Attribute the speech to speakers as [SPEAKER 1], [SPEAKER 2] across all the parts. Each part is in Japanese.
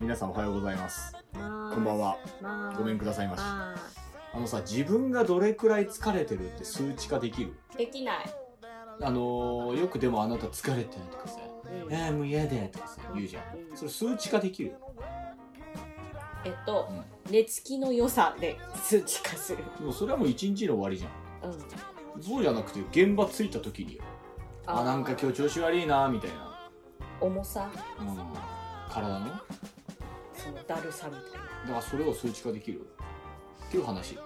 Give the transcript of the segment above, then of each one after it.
[SPEAKER 1] 皆さんおはようございます
[SPEAKER 2] こ
[SPEAKER 1] こんばんは
[SPEAKER 2] は
[SPEAKER 1] ごめんくださいまし
[SPEAKER 2] あ
[SPEAKER 1] あのさ自分がどれくらい疲れてるって数値化できる
[SPEAKER 2] ーできない、
[SPEAKER 1] あのーよくでもあなた疲れてるとかさ
[SPEAKER 2] うん
[SPEAKER 1] えー、もう嫌だとかさ言うじゃんそれ数値化できる
[SPEAKER 2] えっと、寝つきの良さで数値化する、
[SPEAKER 1] でもそれはもう一日の終わりじゃ
[SPEAKER 2] うん、
[SPEAKER 1] んそうじゃなくて現場着いた時にあ
[SPEAKER 2] ー
[SPEAKER 1] なんか今日調子悪いなみたいな、
[SPEAKER 2] 重さ
[SPEAKER 1] うん、体のだか
[SPEAKER 2] そのだるさみたい
[SPEAKER 1] らそれを数値化できるっていう話
[SPEAKER 2] な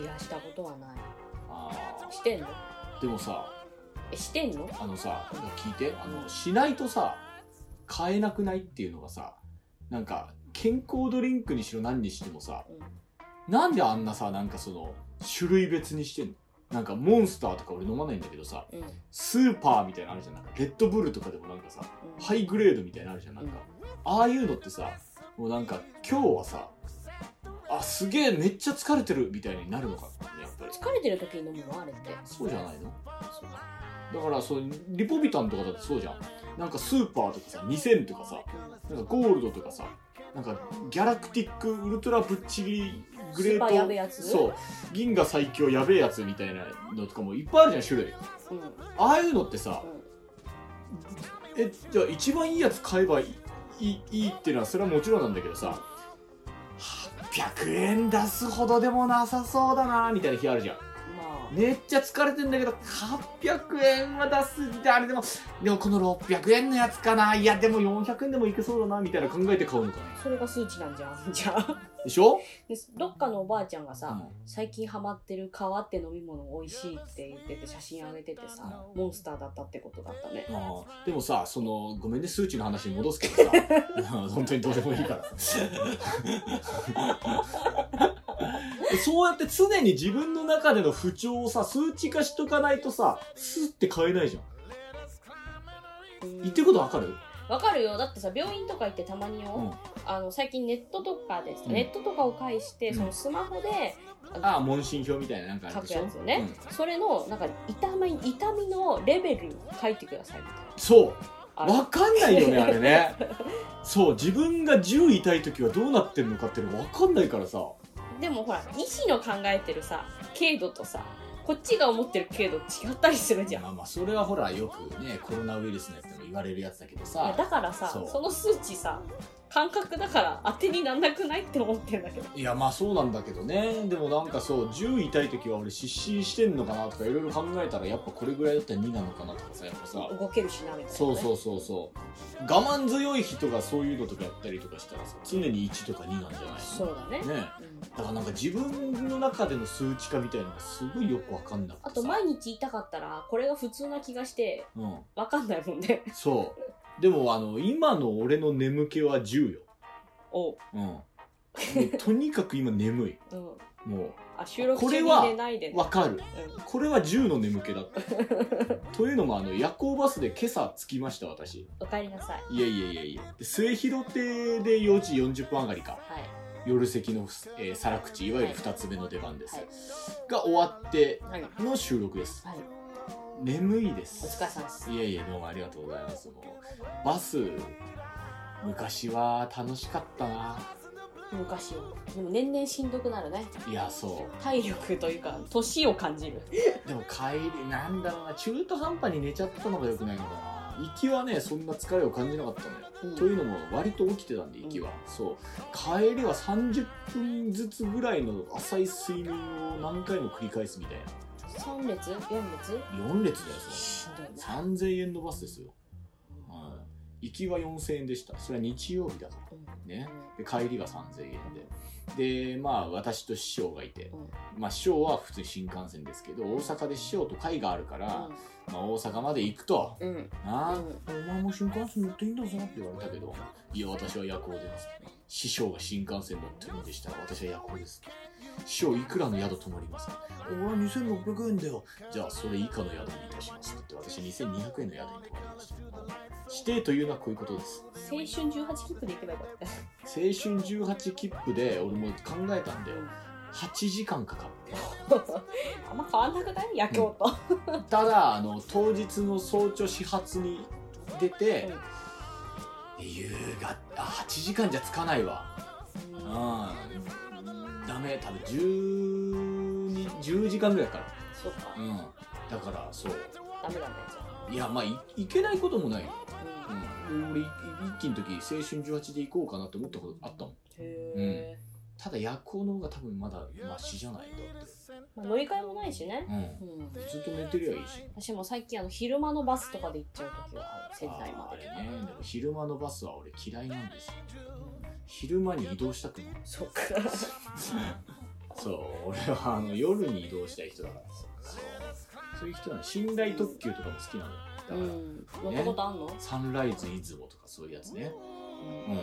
[SPEAKER 2] いやしたことはない
[SPEAKER 1] あ
[SPEAKER 2] してんの
[SPEAKER 1] ーでもさ
[SPEAKER 2] えしてんの
[SPEAKER 1] あのさ聞いてあのしないとさ買えなくないっていうのがさなんか健康ドリンクにしろ何にしてもさ
[SPEAKER 2] うん
[SPEAKER 1] なんであんなさなんかその種類別にしてんのなんかモンスターとか俺飲まないんだけどさ
[SPEAKER 2] うん、うん、
[SPEAKER 1] スーパーみたいなのあるじゃんなんかレッドブルとかでもなんかさハイグレードみたいなのあるじゃんなんかああいうのってさもうなんか今日はさあすげえめっちゃ疲れてるみたいになるのかねやっぱり
[SPEAKER 2] 疲れてる時に飲むのあれって
[SPEAKER 1] そうじゃないのだからそうリポビタンとかだってそうじゃんなんかスーパーとかさ2000とかさなんかゴールドとかさなんかギャラクティックウルトラぶっちぎりグレー
[SPEAKER 2] スーパ
[SPEAKER 1] ト
[SPEAKER 2] ーやべえやつ
[SPEAKER 1] そう銀河最強やべえやつみたいなのとかもいっぱいあるじゃん種類
[SPEAKER 2] うんうん
[SPEAKER 1] ああいうのってさえじゃあ一番いいやつ買えばいいいいいいっていうのはそれはもちろんなんだけどさ800円出すほどでもなさそうだなみたいな日あるじゃん
[SPEAKER 2] まあ
[SPEAKER 1] めっちゃ疲れてんだけど800円は出すってあれでもでもこの600円のやつかないやでも400円でもいけそうだなみたいな考えて買うのかな
[SPEAKER 2] それが数値なんじゃんじゃあ
[SPEAKER 1] でしょ、
[SPEAKER 2] でどっかのおばあちゃんが
[SPEAKER 1] う
[SPEAKER 2] さ、最近ハマってる川って飲み物美味しいって言ってて写真あげててさ、モンスターだったってことだったね
[SPEAKER 1] んああでもさそのごめんね数値の話に戻すけどさ うん本当にどうでもいいから そうやって常に自分の中での不調をさ数値化しとかないとさスッて買えないじゃん
[SPEAKER 2] うん
[SPEAKER 1] 言ってることわかる
[SPEAKER 2] わかるよだってさ病院とか行ってたまによ、
[SPEAKER 1] うん
[SPEAKER 2] あの最近ネットとかです、
[SPEAKER 1] うん
[SPEAKER 2] ネットとかを介して、
[SPEAKER 1] うん
[SPEAKER 2] そのスマホで
[SPEAKER 1] ああ問診票みたいななんかあ
[SPEAKER 2] 書
[SPEAKER 1] るで
[SPEAKER 2] く
[SPEAKER 1] しょ
[SPEAKER 2] やつよね、
[SPEAKER 1] うん
[SPEAKER 2] それのなんか痛み痛みのレベル書いてくださいみたい
[SPEAKER 1] そう
[SPEAKER 2] なあれ
[SPEAKER 1] わかんないよ ねあれねそう自分が10痛い時はどうなってるのかっていうのわかんないからさ
[SPEAKER 2] でもほら医師の考えてるさ軽度とさこっちが思ってる軽度違ったりするじゃん
[SPEAKER 1] まあまあそれはほらよくねコロナウイルスのやつでも言われるやつだけど
[SPEAKER 2] いや
[SPEAKER 1] さ
[SPEAKER 2] だからさ
[SPEAKER 1] そう
[SPEAKER 2] その数値さ感覚だから当てになんなくないって思ってんだけど
[SPEAKER 1] いやまあそうなんだけどねでもなんかそう10痛い時は俺失神してんのかなとかいろいろ考えたらやっぱこれぐらいだったら2なのかなとかさやっぱさ
[SPEAKER 2] 動けるしなみたいなね、
[SPEAKER 1] そうそうそうそう我慢強い人がそういうのとかやったりとかしたらさ常に1とか2なんじゃない
[SPEAKER 2] そうだね
[SPEAKER 1] のね
[SPEAKER 2] うん
[SPEAKER 1] だからなんか自分の中での数値化みたいなのがすごいよくわかんなくてさ
[SPEAKER 2] あと毎日痛かったらこれが普通な気がして
[SPEAKER 1] うん
[SPEAKER 2] わかんないもんね
[SPEAKER 1] そう。でも、あの、今の俺の眠気は10よ。
[SPEAKER 2] おう、
[SPEAKER 1] うん。もうとにかく今眠い。
[SPEAKER 2] うん、
[SPEAKER 1] も
[SPEAKER 2] あ収録
[SPEAKER 1] こ
[SPEAKER 2] 中
[SPEAKER 1] れ
[SPEAKER 2] に
[SPEAKER 1] は
[SPEAKER 2] 寝ないで
[SPEAKER 1] う、
[SPEAKER 2] ね
[SPEAKER 1] わかる。
[SPEAKER 2] うん
[SPEAKER 1] これは10の眠気だった。 というのも、あの、夜行バスで今朝着きました、私。
[SPEAKER 2] おかえりなさい
[SPEAKER 1] いやいやいやいや。で末広亭で4時40分上がりか。
[SPEAKER 2] はい
[SPEAKER 1] 夜席の、えー、皿口、いわゆる2つ目の出番です。
[SPEAKER 2] はい
[SPEAKER 1] が終わって
[SPEAKER 2] はい、
[SPEAKER 1] の収録です。
[SPEAKER 2] はい、
[SPEAKER 1] 眠いで
[SPEAKER 2] お
[SPEAKER 1] す。
[SPEAKER 2] 疲れ様です
[SPEAKER 1] いやいや、どうもありがとうございます。もうバス、昔は楽しかったな。
[SPEAKER 2] 昔はでも年々しんどくなるね
[SPEAKER 1] いや、そ
[SPEAKER 2] 体力というか年を感じる
[SPEAKER 1] う。でも帰り、なんだろうな、中途半端に寝ちゃったのが良くないのかな。行きはね、そんな疲れを感じなかったのよ。
[SPEAKER 2] うん
[SPEAKER 1] というのも、割と起きてたんで、行きは。そう。帰りは30分ずつぐらいの浅い睡眠を何回も繰り返すみたい
[SPEAKER 2] 3列4列
[SPEAKER 1] な。4列だよ、それ。
[SPEAKER 2] しんどいな
[SPEAKER 1] 3000円のバスですよ。はい。行きは4000円でした。それは日曜日だから。
[SPEAKER 2] うん
[SPEAKER 1] ね。で帰りが3000円ででまあ私と師匠がいて
[SPEAKER 2] う、ん
[SPEAKER 1] まあ、師匠は普通に新幹線ですけど大阪で師匠と会があるから、まあ、大阪まで行くと
[SPEAKER 2] うんうん
[SPEAKER 1] 「なあ、お前も新幹線乗っていいんだぞ」って言われたけど「いや私は夜行です」師匠が新幹線乗ってるんでしたら私は夜行です師匠いくらの宿泊まりますか俺は2600円だよじゃあそれ以下の宿にいたしますって言って私2200円の宿に泊まりました指定というのはこういうことです
[SPEAKER 2] 青春18切符で行けばよかっ
[SPEAKER 1] 青
[SPEAKER 2] た
[SPEAKER 1] 春18切符で俺も考えたんだよ8時間かかって
[SPEAKER 2] あんま変わんなくない夜行と、
[SPEAKER 1] ただあの当日の早朝始発に出て、夕方あ8時間じゃつかないわ
[SPEAKER 2] うん
[SPEAKER 1] うんダメ多分12 10時間ぐらいかか
[SPEAKER 2] そうか
[SPEAKER 1] るうんだからそう
[SPEAKER 2] ダメだねじ
[SPEAKER 1] いやまあいいけないこともないよ、
[SPEAKER 2] ゃあ
[SPEAKER 1] うん、俺い一期の時青春18で行こうかなって思ったことあったもん
[SPEAKER 2] うんへえ
[SPEAKER 1] ただ夜行の方が多分まだマシじゃないだって
[SPEAKER 2] まあ乗り換えもないしね
[SPEAKER 1] うん
[SPEAKER 2] うん
[SPEAKER 1] ずっと寝てりゃいいし
[SPEAKER 2] 私も最近あの昼間のバスとかで行っちゃう時はある仙台ま
[SPEAKER 1] あーあ
[SPEAKER 2] で
[SPEAKER 1] れねでも昼間のバスは俺嫌いなんですよ昼間に移動したくない
[SPEAKER 2] そっか
[SPEAKER 1] そう俺はあの夜に移動したい人だからそうそういう人は寝台特急とかも好きなのよ
[SPEAKER 2] う
[SPEAKER 1] だから、
[SPEAKER 2] ん乗ったことあんの
[SPEAKER 1] サンライズ出雲とかそういうやつねうん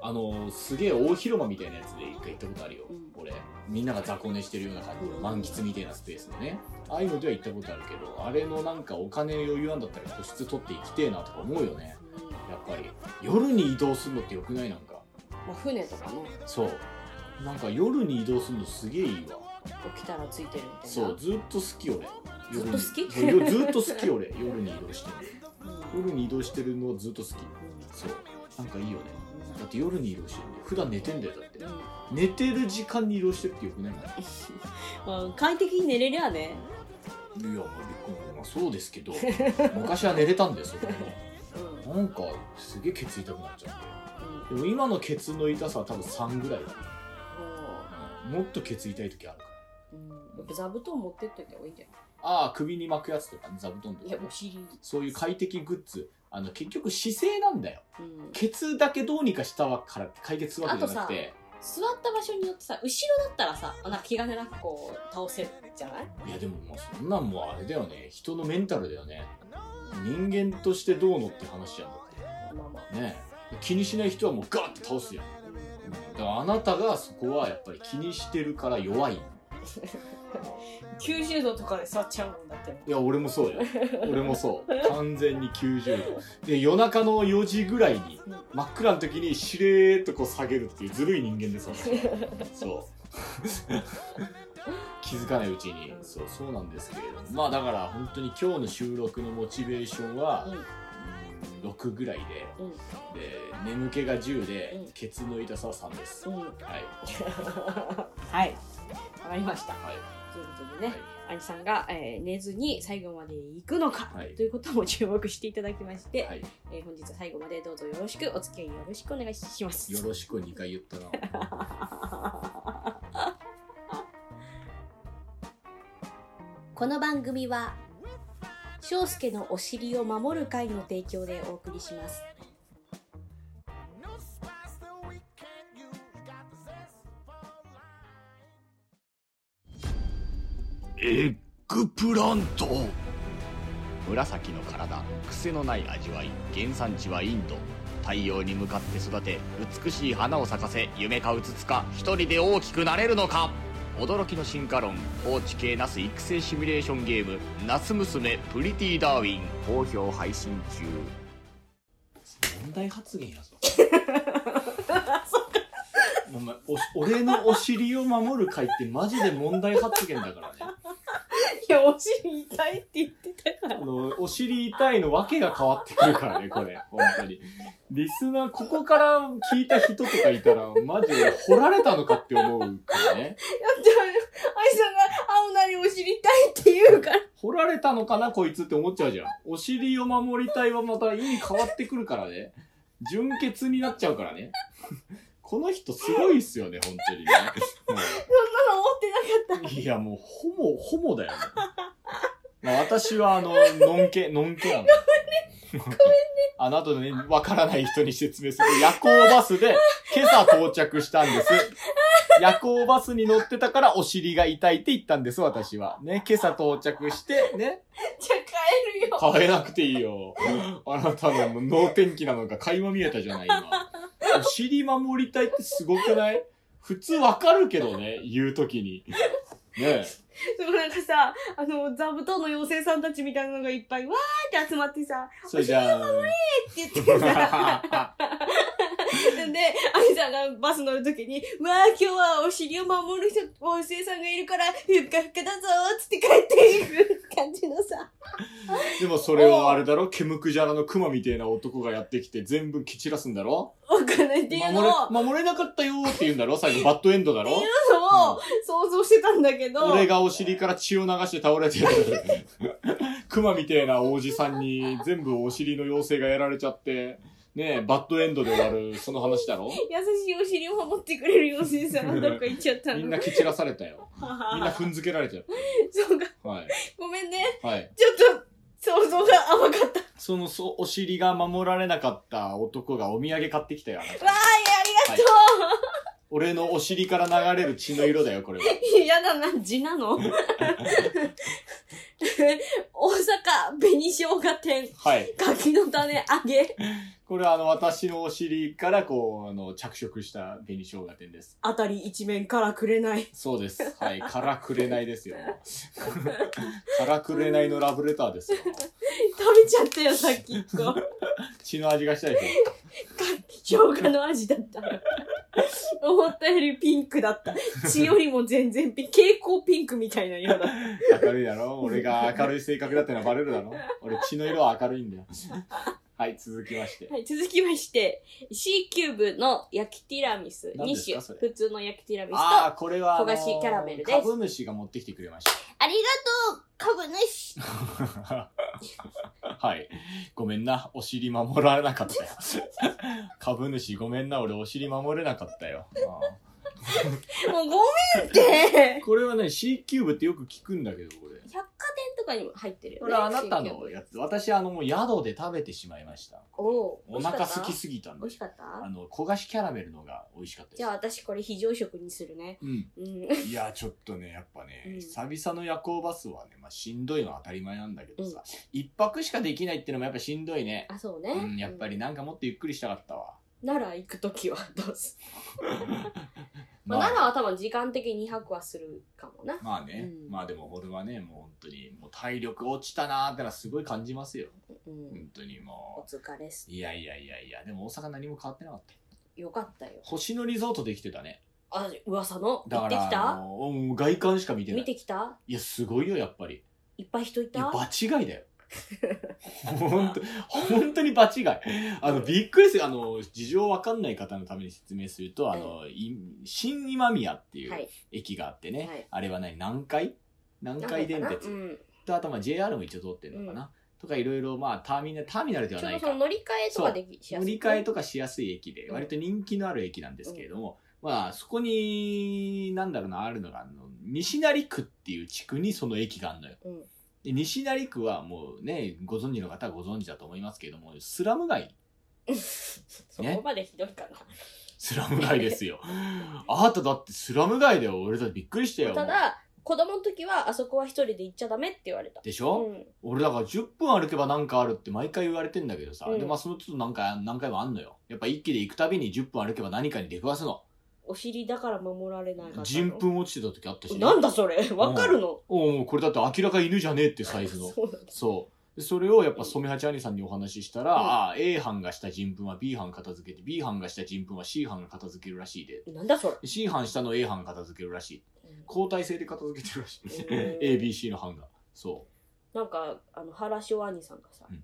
[SPEAKER 1] あのすげえ大広間みたいなやつで一回行ったことあるよ、
[SPEAKER 2] うん
[SPEAKER 1] 俺みんなが雑魚寝してるような感じの
[SPEAKER 2] うん
[SPEAKER 1] 満喫みたいなスペースのねああいうのでは行ったことあるけどあれのなんかお金余裕あんだったら個室取って行きてえなとか思うよね
[SPEAKER 2] うん
[SPEAKER 1] やっぱり夜に移動するのってよくないなんか
[SPEAKER 2] まあ船とかね
[SPEAKER 1] そうなんか夜に移動するのすげえいいわ
[SPEAKER 2] 起きたらついてるみたいな
[SPEAKER 1] そうずっと好き俺夜に
[SPEAKER 2] ずっと好き
[SPEAKER 1] そうよずっと好き俺夜に移動してる
[SPEAKER 2] うんうん
[SPEAKER 1] 夜に移動してるのずっと好きそうなんかいいよねだって夜に移動してるんだよ普段寝てんだよだって
[SPEAKER 2] うん
[SPEAKER 1] 寝てる時間に移動してるってよくないか
[SPEAKER 2] まあ快適に寝れりゃね
[SPEAKER 1] いやもうびっくりまあそうですけど昔は寝れたんですよ
[SPEAKER 2] うん
[SPEAKER 1] なんかすげえケツ痛くなっちゃ
[SPEAKER 2] うん
[SPEAKER 1] ってでも今のケツの痛さは多分3ぐらいだ、ね、
[SPEAKER 2] も
[SPEAKER 1] もっとケツ痛い時あるから
[SPEAKER 2] ううんやっぱ座布団持ってっといた方がいいんじゃな
[SPEAKER 1] ああ首に巻くやつとかね座布団と
[SPEAKER 2] いい
[SPEAKER 1] か
[SPEAKER 2] やお尻
[SPEAKER 1] そういう快適グッズあの結局姿勢なんだよ
[SPEAKER 2] うん
[SPEAKER 1] ケツだけどうにかしたわから解決するわけじゃなくて
[SPEAKER 2] 座った場所によってさ後ろだったらさなんか気兼ねなくこう倒せるじゃない
[SPEAKER 1] いやでももうそんなんもうあれだよね人のメンタルだよね人間としてどうのって話じゃんだ
[SPEAKER 2] まあまあ
[SPEAKER 1] ってね気にしない人はもうガーって倒すやんだからあなたがそこはやっぱり気にしてるから弱いい
[SPEAKER 2] 90度とかで座っちゃうもんだって
[SPEAKER 1] や俺も そうよ俺もそう完全に90度で夜中の4時ぐらいに
[SPEAKER 2] うん
[SPEAKER 1] 真っ暗の時にしれーっとこう下げるっていうずるい人間です私はそう 気づかないうちにそうそうなんですけれどもまあだから本当に今日の収録のモチベーションは、うん6ぐらいで
[SPEAKER 2] うん
[SPEAKER 1] で眠気が10で
[SPEAKER 2] うん
[SPEAKER 1] ケツの痛さは3です、
[SPEAKER 2] うんうん
[SPEAKER 1] はい
[SPEAKER 2] はいわかりました
[SPEAKER 1] はい
[SPEAKER 2] ということでね兄さんが、えー寝ずに最後まで行くのか、
[SPEAKER 1] はい
[SPEAKER 2] ということも注目していただきまして、
[SPEAKER 1] はい、
[SPEAKER 2] えー本日は最後までどうぞよろしくお付き合いよろしくお願いします
[SPEAKER 1] よろしく2回言ったな
[SPEAKER 2] この番組は翔介のお尻を守る会の提供でお送りします
[SPEAKER 1] エッグプラント紫の体癖のない味わい原産地はインド太陽に向かって育て美しい花を咲かせ夢かうつつか一人で大きくなれるのか驚きの進化論高知系ナス育成シミュレーションゲーム「ナス娘プリティダーウィン」好評配信中問題発言やぞ お前俺のお尻を守る会ってマジで問題発言だからね
[SPEAKER 2] いやお尻痛いって言ってたから
[SPEAKER 1] あの、お尻痛いの訳が変わってくるからね、これ。本当に。リスナー、ここから聞いた人とかいたら、マジで掘られたのかって思うからね。
[SPEAKER 2] じゃあ、愛さんが青なりお尻痛いって言うから。
[SPEAKER 1] 掘られたのかな、こいつって思っちゃうじゃん。お尻を守りたいはまた意味変わってくるからね。純潔になっちゃうからね。この人すごいっすよね、本当にね。
[SPEAKER 2] そんなの思ってなかっ
[SPEAKER 1] もう いや、もう、ほぼ、ほぼだよね。まあ私は、あの、のんけ、のんけなの。あの後でね、わからない人に説明すると。夜行バスで、今朝到着したんです。夜行バスに乗ってたから、お尻が痛いって言ったんです、私は。ね、今朝到着して、ね、
[SPEAKER 2] た。 じゃあ
[SPEAKER 1] 買
[SPEAKER 2] 帰るよ。
[SPEAKER 1] えなくていいよ。あなたのもう能天気なのか垣間見えたじゃない、今。お尻守りたいってすごくない普通わかるけどね、言うときに。ねえ。
[SPEAKER 2] でもなんかさ、あの、座布団の妖精さんたちみたいなのがいっぱいわーって集まって さ、
[SPEAKER 1] それじゃあ。
[SPEAKER 2] って言ってさ。で、愛さんさんがバス乗るときに、わあ、今日はお尻を守る人、お生さんがいるから、ふっかふかだぞーっつって帰っていく感じのさ。
[SPEAKER 1] でもそれをあれだろケムクジャラのクマみたいな男がやってきて全部蹴散らすんだろ
[SPEAKER 2] お金
[SPEAKER 1] 守
[SPEAKER 2] っていう
[SPEAKER 1] れ
[SPEAKER 2] のを、っ
[SPEAKER 1] 守れなかったよーって言うんだろ最後バッドエンドだろ
[SPEAKER 2] ていうのを想像してたんだけど、
[SPEAKER 1] 俺がお尻から血を流して倒れてる。 クマみたいな王子さんに全部お尻の妖精がやられちゃって、ねえ、バッドエンドで終わる、その話だろ
[SPEAKER 2] 優しいお尻を守ってくれる妖精さんはどっか行っちゃったの。
[SPEAKER 1] みんな蹴散らされたよ。みんな踏んづけられちゃっ
[SPEAKER 2] そうか、
[SPEAKER 1] た。はい。
[SPEAKER 2] ごめんね。
[SPEAKER 1] はい。
[SPEAKER 2] ちょっと想像が甘かった。
[SPEAKER 1] そのそ、お尻が守られなかった男がお土産買ってきたよ。あなた
[SPEAKER 2] わーい、ありがと
[SPEAKER 1] 俺のお尻から流れる血の色だよ、これは。
[SPEAKER 2] う。嫌、だな、地なの。大阪紅生姜店、
[SPEAKER 1] はい。
[SPEAKER 2] 柿の種揚げ、
[SPEAKER 1] これはあの、私のお尻からこう、あの、着色した紅生姜店です。
[SPEAKER 2] あたり一面からくれない。
[SPEAKER 1] そう です。はい。からくれないですよ。からくれないのラブレターですよ。
[SPEAKER 2] 食べちゃったよ、さっき一個。
[SPEAKER 1] 血の味がしたいでし
[SPEAKER 2] 生姜の味だった。思ったよりピンクだった。血よりも全然ピンク、蛍光ピンクみたいな色だっ
[SPEAKER 1] ょ。
[SPEAKER 2] た。
[SPEAKER 1] 明るいだろ俺が明るい性格だってのはバレるだろ俺血の色は明るいんだよ。はい、続きまして。
[SPEAKER 2] はい、続きまして、C キューブの焼きティラミス
[SPEAKER 1] 何で
[SPEAKER 2] 2
[SPEAKER 1] す
[SPEAKER 2] 種、
[SPEAKER 1] かそれ
[SPEAKER 2] 普通の焼きティラミスと、
[SPEAKER 1] ああ、これは、あの
[SPEAKER 2] 焦がしキャラメルです
[SPEAKER 1] 株主が持ってきてくれました。
[SPEAKER 2] ありがとう、株主。
[SPEAKER 1] はい。ごめんな。お尻守られなかったよ。株主ごめんな。俺お尻守れなかったよ。ああ
[SPEAKER 2] もうごめんって。
[SPEAKER 1] これはね、C キューブってよく聞くんだけど、これ。
[SPEAKER 2] 百貨店とかにも入ってるよ、
[SPEAKER 1] こ
[SPEAKER 2] ね。
[SPEAKER 1] れあなた
[SPEAKER 2] 新
[SPEAKER 1] の
[SPEAKER 2] 規
[SPEAKER 1] やつ。私、あの、もう宿で食べてしまいました。
[SPEAKER 2] おう
[SPEAKER 1] お腹空きすぎたん
[SPEAKER 2] 美
[SPEAKER 1] で
[SPEAKER 2] 味。しかった
[SPEAKER 1] あの、焦がしキャラメルのが美味しかったです。
[SPEAKER 2] じゃあ私これ非常食にするね。
[SPEAKER 1] うん。
[SPEAKER 2] うん。
[SPEAKER 1] いや、ちょっとね、やっぱね、
[SPEAKER 2] うん
[SPEAKER 1] 久々の夜行バスはね、まあ、しんどいのは当たり前なんだけどさ、一泊しかできないってのもやっぱしんどいね。
[SPEAKER 2] あ、そうね。
[SPEAKER 1] うん、やっぱりなんかもっとゆっくりしたかったわ。
[SPEAKER 2] うん。奈良行くときはどうすまあ、
[SPEAKER 1] まあ
[SPEAKER 2] 奈良は多分時間的に2泊はするかもな。
[SPEAKER 1] まあね、
[SPEAKER 2] うん
[SPEAKER 1] まあでも俺はね、もう本当に、もう体力落ちたなーってのはすごい感じますよ。
[SPEAKER 2] う
[SPEAKER 1] 本
[SPEAKER 2] ん。
[SPEAKER 1] 当に
[SPEAKER 2] お
[SPEAKER 1] も
[SPEAKER 2] 疲れっす
[SPEAKER 1] う。。いやいやいやいや、でも大阪何も変わってなかった。
[SPEAKER 2] よかったよ。
[SPEAKER 1] 星野リゾートできてたね。
[SPEAKER 2] あ、噂の
[SPEAKER 1] だ
[SPEAKER 2] 行
[SPEAKER 1] か
[SPEAKER 2] って
[SPEAKER 1] ら、
[SPEAKER 2] き
[SPEAKER 1] あ
[SPEAKER 2] た
[SPEAKER 1] のうん外観しか見てない。
[SPEAKER 2] 見てきた
[SPEAKER 1] いや、すごいよ、やっぱり。
[SPEAKER 2] いっぱい人い
[SPEAKER 1] いや、
[SPEAKER 2] た
[SPEAKER 1] 場違い だよ。本当本当に場違い。あの、びっくりする。あの、事情わかんない方のために説明すると、あの、い新今宮ってい
[SPEAKER 2] は
[SPEAKER 1] う
[SPEAKER 2] い。
[SPEAKER 1] 駅があってね、
[SPEAKER 2] はい
[SPEAKER 1] あれは何、南海南海電鉄。
[SPEAKER 2] うん。
[SPEAKER 1] と、あと、まあ、JR も一応通ってるのかな。とか、いろいろ、まあ、ターミナル、ターミナルでは
[SPEAKER 2] ちょう
[SPEAKER 1] な
[SPEAKER 2] ど
[SPEAKER 1] い
[SPEAKER 2] そ
[SPEAKER 1] か
[SPEAKER 2] の。乗り換えとかできしや
[SPEAKER 1] 乗
[SPEAKER 2] すい。
[SPEAKER 1] り換えとかしやすい駅で、
[SPEAKER 2] うん
[SPEAKER 1] 割と人気のある駅なんですけれども、まあ、そこに、なんだろうな、あるのが、あの、西成区っていう地区にその駅があるのよ。
[SPEAKER 2] うん
[SPEAKER 1] で西成区はもうね、ご存知の方はご存知だと思いますけれども、スラム街。
[SPEAKER 2] そこまでひどいかな。
[SPEAKER 1] スラム街です よ。あなただってスラム街だよ。俺だってびっくりしたよ。
[SPEAKER 2] た
[SPEAKER 1] も
[SPEAKER 2] だ、子供の時はあそこは一人で行っちゃダメって言われた
[SPEAKER 1] う。でし
[SPEAKER 2] う
[SPEAKER 1] ょ、
[SPEAKER 2] ん。
[SPEAKER 1] 俺だから10分歩けば何かあるって毎回言われてんだけどさ。
[SPEAKER 2] うん
[SPEAKER 1] で、まあその都度何回、何回もあんのよ。やっぱ一気で行くたびに10分歩けば何かに出くわすの。
[SPEAKER 2] お尻だから守られないかったの
[SPEAKER 1] 人糞落ちてた時あったし、ね。
[SPEAKER 2] なんだそれわかるの
[SPEAKER 1] おうおうこれだって明らか犬じゃねえってサイズの。
[SPEAKER 2] そうなんだ
[SPEAKER 1] そう。でそれをやっぱ染八兄さんにお話ししたら、
[SPEAKER 2] うん
[SPEAKER 1] ああ、A 班がした人糞は B 班片付けて、B 班がした人糞は C 班が片付けるらしいで。
[SPEAKER 2] なんだそれ
[SPEAKER 1] C 班下の A 班が片付けるらしい。交代制で片付けてるらしい。
[SPEAKER 2] うん
[SPEAKER 1] A、B、C の班が。そ
[SPEAKER 2] なんか、あの、原翔兄さんがさ
[SPEAKER 1] うん、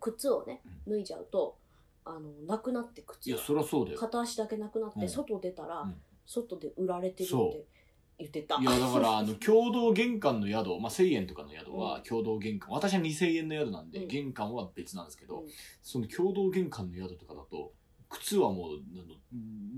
[SPEAKER 2] 靴をね、脱いじゃうと、あの、なくなって
[SPEAKER 1] う。い
[SPEAKER 2] 靴
[SPEAKER 1] や、
[SPEAKER 2] が。
[SPEAKER 1] そりゃそうだよ。
[SPEAKER 2] 片足だけなくなっ
[SPEAKER 1] う
[SPEAKER 2] て、
[SPEAKER 1] ん
[SPEAKER 2] 外出たら
[SPEAKER 1] うん、
[SPEAKER 2] 外で売られてるっ
[SPEAKER 1] そ
[SPEAKER 2] て言ってた。
[SPEAKER 1] いや、だから、あの、共同玄関の宿、まあ、1000円とかの宿
[SPEAKER 2] う
[SPEAKER 1] は
[SPEAKER 2] ん
[SPEAKER 1] 共同玄関。私は2000円の宿なんで、
[SPEAKER 2] うん
[SPEAKER 1] 玄関は別なんですけど、
[SPEAKER 2] うん
[SPEAKER 1] その共同玄関の宿とかだと、靴はもう、あの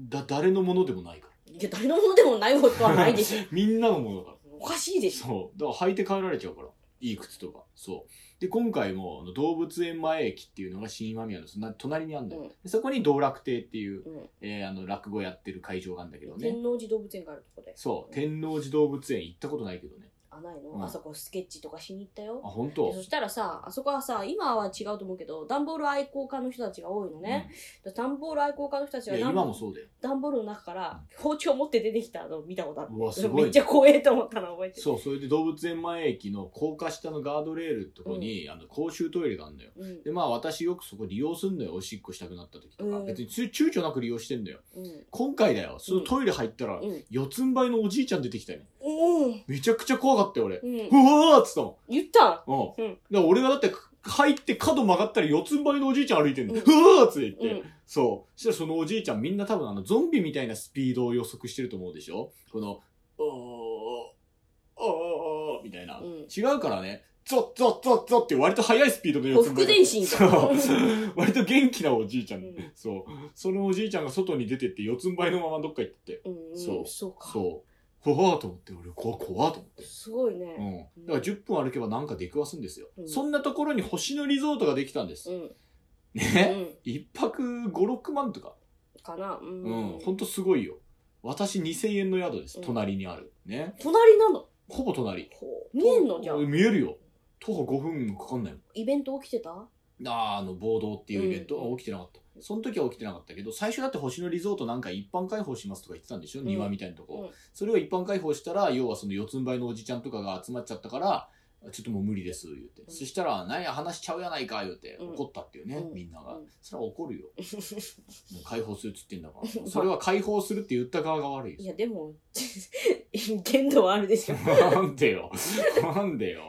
[SPEAKER 1] だ、誰のものでもないから。
[SPEAKER 2] いや、誰のものでもないことはないで しょ。
[SPEAKER 1] みんなのものだから。
[SPEAKER 2] おかしいでしょ。
[SPEAKER 1] そう。だから履いて帰られちゃうから。いい靴とか。そう。で、今回も、あの動物園前駅っていうのが新今宮のそんな隣にあるんだよ。
[SPEAKER 2] うん
[SPEAKER 1] でそこに道楽亭っていう、
[SPEAKER 2] うん
[SPEAKER 1] えーあの、落語やってる会場があるんだけどね。
[SPEAKER 2] 天王寺動物園があるとこで。
[SPEAKER 1] そう。天王寺動物園行ったことないけどね。
[SPEAKER 2] あないの、
[SPEAKER 1] うん
[SPEAKER 2] あそこスケッチとかしに行った
[SPEAKER 1] あ、
[SPEAKER 2] よ
[SPEAKER 1] 本
[SPEAKER 2] で
[SPEAKER 1] 当
[SPEAKER 2] そしたらさあそこはさ今は違うと思うけど段ボール愛好家の人たちが多いのね、で段ボール愛好家の人たち
[SPEAKER 1] うん。
[SPEAKER 2] が
[SPEAKER 1] いや、
[SPEAKER 2] 段
[SPEAKER 1] 今もそうだよ。
[SPEAKER 2] 段ボールの中から包丁持って出てきたのを見たことある
[SPEAKER 1] うわ、すごい
[SPEAKER 2] めっ
[SPEAKER 1] ね
[SPEAKER 2] ち。ゃ怖えと思ったの覚えてる
[SPEAKER 1] そう、それで動物園前駅の高架下のガードレールのとこに、あの公衆トイレがあるのよ。
[SPEAKER 2] うん
[SPEAKER 1] で、まあ私よくそこ利用すんのよ。おしっこしたくなった時とか。
[SPEAKER 2] うん
[SPEAKER 1] 別につ躊躇なく利用してんだよ。
[SPEAKER 2] うん
[SPEAKER 1] 今回だよ。そのトイレ入ったら、
[SPEAKER 2] うん
[SPEAKER 1] 四つん這いのおじいちゃん出てきたよね。
[SPEAKER 2] うん
[SPEAKER 1] めちゃくちゃ怖かったよ、俺。
[SPEAKER 2] うん
[SPEAKER 1] うわーっつったもん。
[SPEAKER 2] 言った
[SPEAKER 1] うん。
[SPEAKER 2] う
[SPEAKER 1] だ
[SPEAKER 2] ん
[SPEAKER 1] から俺がだって、入って角曲がったら四つん這いのおじいちゃん歩いてるの。
[SPEAKER 2] うん
[SPEAKER 1] うわーっつって言っ
[SPEAKER 2] う
[SPEAKER 1] て。
[SPEAKER 2] ん
[SPEAKER 1] そう。そしたらそのおじいちゃんみんな多分あのゾンビみたいなスピードを予測してると思うでしょこの、おー、おー、みたいな。
[SPEAKER 2] うん
[SPEAKER 1] 違うからね、ゾッゾッゾッゾッって割と速いスピードで
[SPEAKER 2] ほふく前進
[SPEAKER 1] そ
[SPEAKER 2] か
[SPEAKER 1] う。割と元気なおじいちゃん。
[SPEAKER 2] うん
[SPEAKER 1] そう。そのおじいちゃんが外に出てって四つん這いのままどっか行ってて。
[SPEAKER 2] うんうん
[SPEAKER 1] そう
[SPEAKER 2] そうか
[SPEAKER 1] そう。怖ーと思って、俺、怖怖ーと思って。
[SPEAKER 2] すごいね、
[SPEAKER 1] うん。だから10分歩けばなんか出くわすんですよ。
[SPEAKER 2] うん
[SPEAKER 1] そんなところに星野リゾートができたんです。
[SPEAKER 2] うん。う
[SPEAKER 1] ね。
[SPEAKER 2] ん。
[SPEAKER 1] 一泊5、6万とか。
[SPEAKER 2] かな。うん。
[SPEAKER 1] うん、ほんとすごいよ。私2000円の宿です。
[SPEAKER 2] うん
[SPEAKER 1] 隣にある。ね。
[SPEAKER 2] 隣なの。
[SPEAKER 1] ほぼ隣。
[SPEAKER 2] ほう見えんのじゃ。
[SPEAKER 1] うん見えるよ。徒歩5分かかんないもん。
[SPEAKER 2] イベント起きてた
[SPEAKER 1] あーあの、暴動っていうイベント、
[SPEAKER 2] うん
[SPEAKER 1] あ起きてなかった。その時は起きてなかったけど、最初だって星野リゾートなんか一般開放しますとか言ってたんでしょ、
[SPEAKER 2] ん
[SPEAKER 1] 庭みたいなとこ、
[SPEAKER 2] うん
[SPEAKER 1] それを一般開放したら、要はその四つん這いのおじちゃんとかが集まっちゃったから、ちょっともう無理です、言うて。
[SPEAKER 2] うん
[SPEAKER 1] そしたら、何や、話しちゃうやないか、言うて、
[SPEAKER 2] うん
[SPEAKER 1] 怒ったっていうね、
[SPEAKER 2] うん
[SPEAKER 1] みんなが。
[SPEAKER 2] うん
[SPEAKER 1] それは怒るよ。もう解放するっつってんだ から。それは解放するって言った側が悪いよ
[SPEAKER 2] い。 や、でも、限度はあるでしょ。
[SPEAKER 1] なんでよ。なんでよ。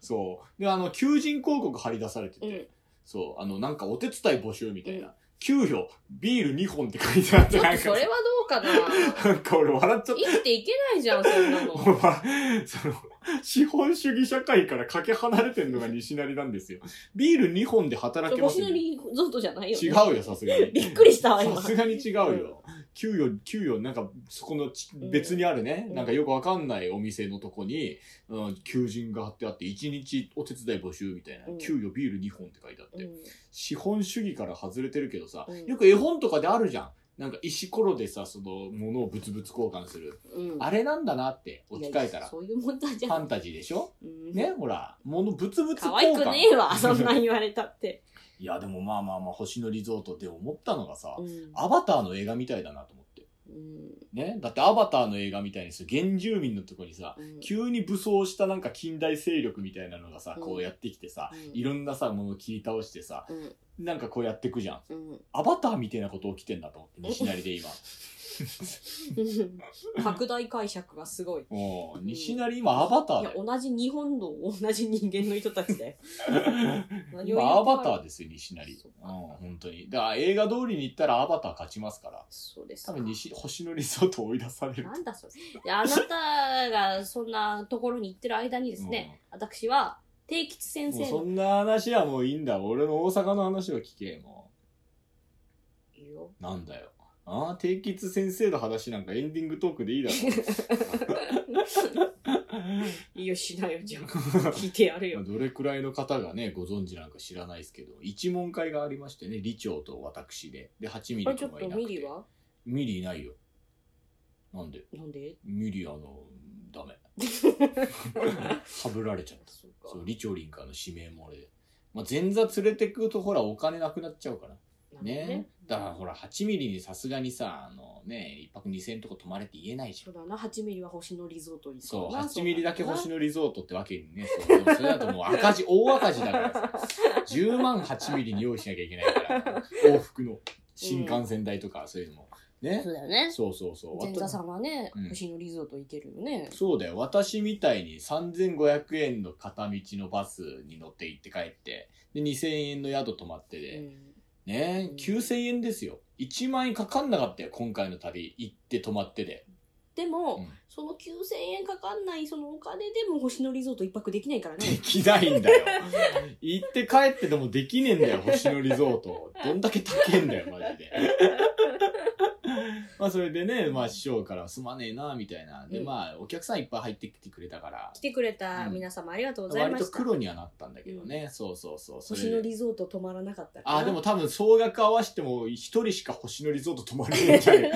[SPEAKER 1] そう。で、あの、求人広告張り出されてて、
[SPEAKER 2] うん
[SPEAKER 1] そう、あの、なんかお手伝い募集みたいな。
[SPEAKER 2] う
[SPEAKER 1] 給料、ビール2本って書いてあって、
[SPEAKER 2] ちょっ
[SPEAKER 1] なん
[SPEAKER 2] と
[SPEAKER 1] か
[SPEAKER 2] それはどうかな。
[SPEAKER 1] なんか俺笑っちゃっ
[SPEAKER 2] 生きていけないじゃん、そんな の。
[SPEAKER 1] た。俺は その、資本主義社会からかけ離れてるのが西成なんですよ。ビール2本で働けます
[SPEAKER 2] 星
[SPEAKER 1] よ、
[SPEAKER 2] 野リゾートじゃないよ、ね。
[SPEAKER 1] 違うよ、さすがに。
[SPEAKER 2] びっくりしたわ、今
[SPEAKER 1] さ。すがに違うよ。給与、給与、なんか、そこのち
[SPEAKER 2] うん
[SPEAKER 1] 別にあるね、
[SPEAKER 2] うん
[SPEAKER 1] なんかよくわかんないお店のとこに、うん、求人が貼ってあって、1日お手伝い募集みたいな、
[SPEAKER 2] うん
[SPEAKER 1] 給与ビール2本って書いてあって、
[SPEAKER 2] うん
[SPEAKER 1] 資本主義から外れてるけどさ、
[SPEAKER 2] うん
[SPEAKER 1] よく絵本とかであるじゃん。なんか石ころでさ、その、物を物々交換する。
[SPEAKER 2] うん。
[SPEAKER 1] あれなんだなって、置き換えた
[SPEAKER 2] いや
[SPEAKER 1] ら。
[SPEAKER 2] そういう問題じ
[SPEAKER 1] ファ
[SPEAKER 2] ゃ
[SPEAKER 1] ン
[SPEAKER 2] ん。
[SPEAKER 1] タジーでしょ
[SPEAKER 2] うん
[SPEAKER 1] ね、ほら、物物々交換。
[SPEAKER 2] 可愛くねえわ、そんなん言われた って。
[SPEAKER 1] いや、でもまあまあまあ、星野リゾートで思ったのがさ、
[SPEAKER 2] うん。
[SPEAKER 1] アバターの映画みたいだなと思って。
[SPEAKER 2] うん
[SPEAKER 1] ね。だってアバターの映画みたいにさ、原住民のとこにさ、
[SPEAKER 2] うん
[SPEAKER 1] 急に武装したなんか近代勢力みたいなのがさ、
[SPEAKER 2] うん
[SPEAKER 1] こうやってきてさ、
[SPEAKER 2] うん
[SPEAKER 1] いろんなさ、ものを切り倒してさ、
[SPEAKER 2] うん
[SPEAKER 1] なんかこうやってくじゃん。
[SPEAKER 2] うん
[SPEAKER 1] アバターみたいなこと起きてんだと思って、西成で 今。
[SPEAKER 2] うん拡大解釈がすごい。
[SPEAKER 1] もう、
[SPEAKER 2] ん
[SPEAKER 1] 西成今アバター
[SPEAKER 2] い
[SPEAKER 1] だ
[SPEAKER 2] や
[SPEAKER 1] よ。
[SPEAKER 2] 同じ日本の同じ人間の人たちだよ何を言ってる
[SPEAKER 1] 今アバターですよ、西成。
[SPEAKER 2] そう
[SPEAKER 1] うん、
[SPEAKER 2] か
[SPEAKER 1] 本当に。だから映画通りに行ったらアバター勝ちますから。
[SPEAKER 2] そうです
[SPEAKER 1] 多
[SPEAKER 2] か
[SPEAKER 1] 分西、星野リゾート追い出される。
[SPEAKER 2] なんだそれであなたがそんなところに行ってる間にですね、私は定吉先
[SPEAKER 1] もう
[SPEAKER 2] 生
[SPEAKER 1] そ
[SPEAKER 2] の
[SPEAKER 1] んな話はもういいんだ。俺の大阪の話は聞け、もう。
[SPEAKER 2] いいよ
[SPEAKER 1] なんだよ。ああ、定吉先生の話なんかエンディングトークでいいだ ろ。
[SPEAKER 2] いいよしなよじゃあ聞いてやる
[SPEAKER 1] まあ
[SPEAKER 2] よ
[SPEAKER 1] どれくらいの方がね、ご存知なんか知らないですけど、一問会がありましてね、理長と私で。で、8ミ
[SPEAKER 2] あれ
[SPEAKER 1] リ
[SPEAKER 2] ちょ
[SPEAKER 1] 君がい
[SPEAKER 2] っと
[SPEAKER 1] なくて。
[SPEAKER 2] ミリは
[SPEAKER 1] ミリいないよ。なんで
[SPEAKER 2] なんで
[SPEAKER 1] ミリ、あの、ダ メ。はぶられちゃった。
[SPEAKER 2] そうか
[SPEAKER 1] そう、理長リンからの指名も俺で。まあ、前座連れてくとほらお金なくなっちゃうから。
[SPEAKER 2] なるほど
[SPEAKER 1] ね。だからほら、8ミリにさすがにさ、あのね、1泊2000とか泊まれって言えないじゃん
[SPEAKER 2] そうだな8ミリは星野リゾートに
[SPEAKER 1] そう、
[SPEAKER 2] な
[SPEAKER 1] 8ミリだけ星
[SPEAKER 2] そう
[SPEAKER 1] 野リゾートってわけにね、そうそうそれだともう赤字、大赤字だからさ、10万8ミリに用意しなきゃいけないから、往復の新幹線代とか、そういうのも。
[SPEAKER 2] だ
[SPEAKER 1] ね
[SPEAKER 2] なそ。うだよね
[SPEAKER 1] そうそうそう。
[SPEAKER 2] 前座さんはね、
[SPEAKER 1] うん
[SPEAKER 2] 星野リゾート行けるよね
[SPEAKER 1] そうだよ。私みたいに3500円の片道のバスに乗って行って帰って、で、2000円の宿泊まって
[SPEAKER 2] う
[SPEAKER 1] で、
[SPEAKER 2] ん
[SPEAKER 1] ね
[SPEAKER 2] う、ん
[SPEAKER 1] 9000円ですよ。1万円かかんなかったよ、今回の旅。行って泊まってで。
[SPEAKER 2] でも、
[SPEAKER 1] うん
[SPEAKER 2] その9000円かかんないそのお金でも星野リゾート一泊できないから
[SPEAKER 1] で
[SPEAKER 2] ね。
[SPEAKER 1] きないんだよ。行って帰って でもできねえんだよ、星野リゾート。どんだけ高えんだよ、マジで。まあそれでね、まあ師匠からすまねえな、みたいな。で、
[SPEAKER 2] うん
[SPEAKER 1] まあお客さんいっぱい入ってきてくれたから
[SPEAKER 2] 来、てくれた
[SPEAKER 1] うん
[SPEAKER 2] 皆様ありがとうござい
[SPEAKER 1] 割
[SPEAKER 2] ま
[SPEAKER 1] と
[SPEAKER 2] した。
[SPEAKER 1] 黒にはなったんだけどね。そうそうそう。それで
[SPEAKER 2] 星野リゾート止まらなかったかな
[SPEAKER 1] あ、でも多分総額合わせても一人しか星野リゾート泊まれないんじゃない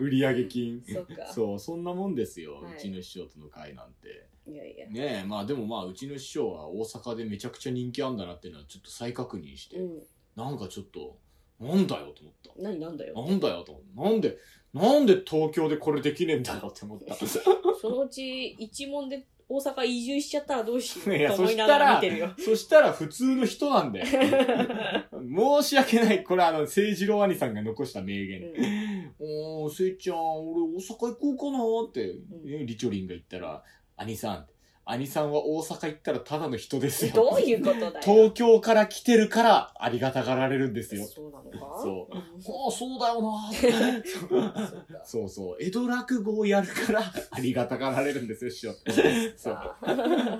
[SPEAKER 1] 売上金。
[SPEAKER 2] そうか。
[SPEAKER 1] そう、そんなもんですよ。
[SPEAKER 2] はいう
[SPEAKER 1] ちの師匠との会なんて。
[SPEAKER 2] いやいや。
[SPEAKER 1] ねえ、まあでもまあうちの師匠は大阪でめちゃくちゃ人気あんだなっていうのはちょっと再確認して、
[SPEAKER 2] うん。
[SPEAKER 1] なんかちょっと、なんだよと思った。
[SPEAKER 2] 何なんだよ。
[SPEAKER 1] なんだよと思った。なんで、なんで東京でこれできねえんだよって思 った。
[SPEAKER 2] そのうち一問で大阪移住しちゃったらどうしよ
[SPEAKER 1] いや
[SPEAKER 2] うと思いなが
[SPEAKER 1] そ
[SPEAKER 2] ら見て
[SPEAKER 1] し
[SPEAKER 2] るよ。
[SPEAKER 1] そしたら普通の人なん だよ。申し訳ない。これあの、誠二郎兄さんが残した名言。
[SPEAKER 2] うん
[SPEAKER 1] おー、せいちゃん、俺大阪行こうかなって、
[SPEAKER 2] う
[SPEAKER 1] リチョリンが言ったら、兄さん、兄さんは大阪行ったらただの人ですよ。
[SPEAKER 2] どういうことだよ。
[SPEAKER 1] 東京から来てるからありがたがられるんですよ。
[SPEAKER 2] そうなのか
[SPEAKER 1] そ
[SPEAKER 2] うんそ
[SPEAKER 1] ああ、そうだよな
[SPEAKER 2] うか
[SPEAKER 1] そうそう。江戸落語をやるからありがたがられるんですよ、師 匠。そう。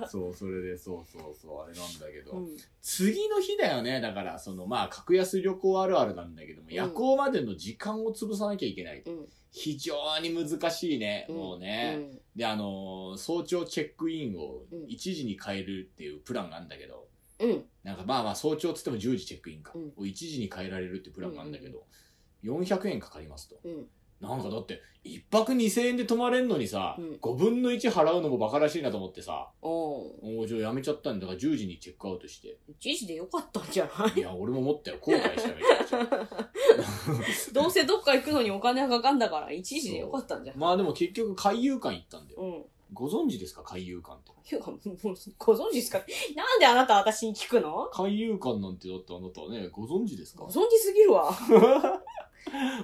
[SPEAKER 1] そう、それで、そうそうそう、あれなんだけど。
[SPEAKER 2] うん
[SPEAKER 1] 次の日だよね。だから、その、まあ、格安旅行あるあるなんだけども、
[SPEAKER 2] うん
[SPEAKER 1] 夜行までの時間を潰さなきゃいけない。
[SPEAKER 2] うん
[SPEAKER 1] 非常に難しいね、
[SPEAKER 2] うん
[SPEAKER 1] もうね。
[SPEAKER 2] うん
[SPEAKER 1] で、あのー早朝チェックインを
[SPEAKER 2] うん
[SPEAKER 1] 1時に変えるっていうプランがあるんだけど、
[SPEAKER 2] うん。
[SPEAKER 1] なんかまあまあ早朝っつっても10時チェックインか、
[SPEAKER 2] うん
[SPEAKER 1] を1時に変えられるってプランがあるんだけど、400円かかりますと。
[SPEAKER 2] うん。
[SPEAKER 1] なんかだって、1泊2000円で泊まれんのにさ、
[SPEAKER 2] うん
[SPEAKER 1] 5分の1払うのもバカらしいなと思ってさ、
[SPEAKER 2] おう
[SPEAKER 1] もうじゃあやめちゃったんだから10時にチェックアウトして。
[SPEAKER 2] 一時でよかったんじゃな
[SPEAKER 1] い
[SPEAKER 2] い
[SPEAKER 1] や、俺も思ったよ。後悔しためちゃくちゃ。
[SPEAKER 2] どうせどっか行くのにお金がかかんだから、一時でよかったんじゃな い
[SPEAKER 1] まあでも結局海遊館行ったんだよ。
[SPEAKER 2] うん。
[SPEAKER 1] ご存知ですか海遊館って。
[SPEAKER 2] いや、もう、ご存知ですかなんであなた私に聞くの
[SPEAKER 1] 海遊館なんてだってあなたはね、ご存知ですか
[SPEAKER 2] ご存知すぎるわ。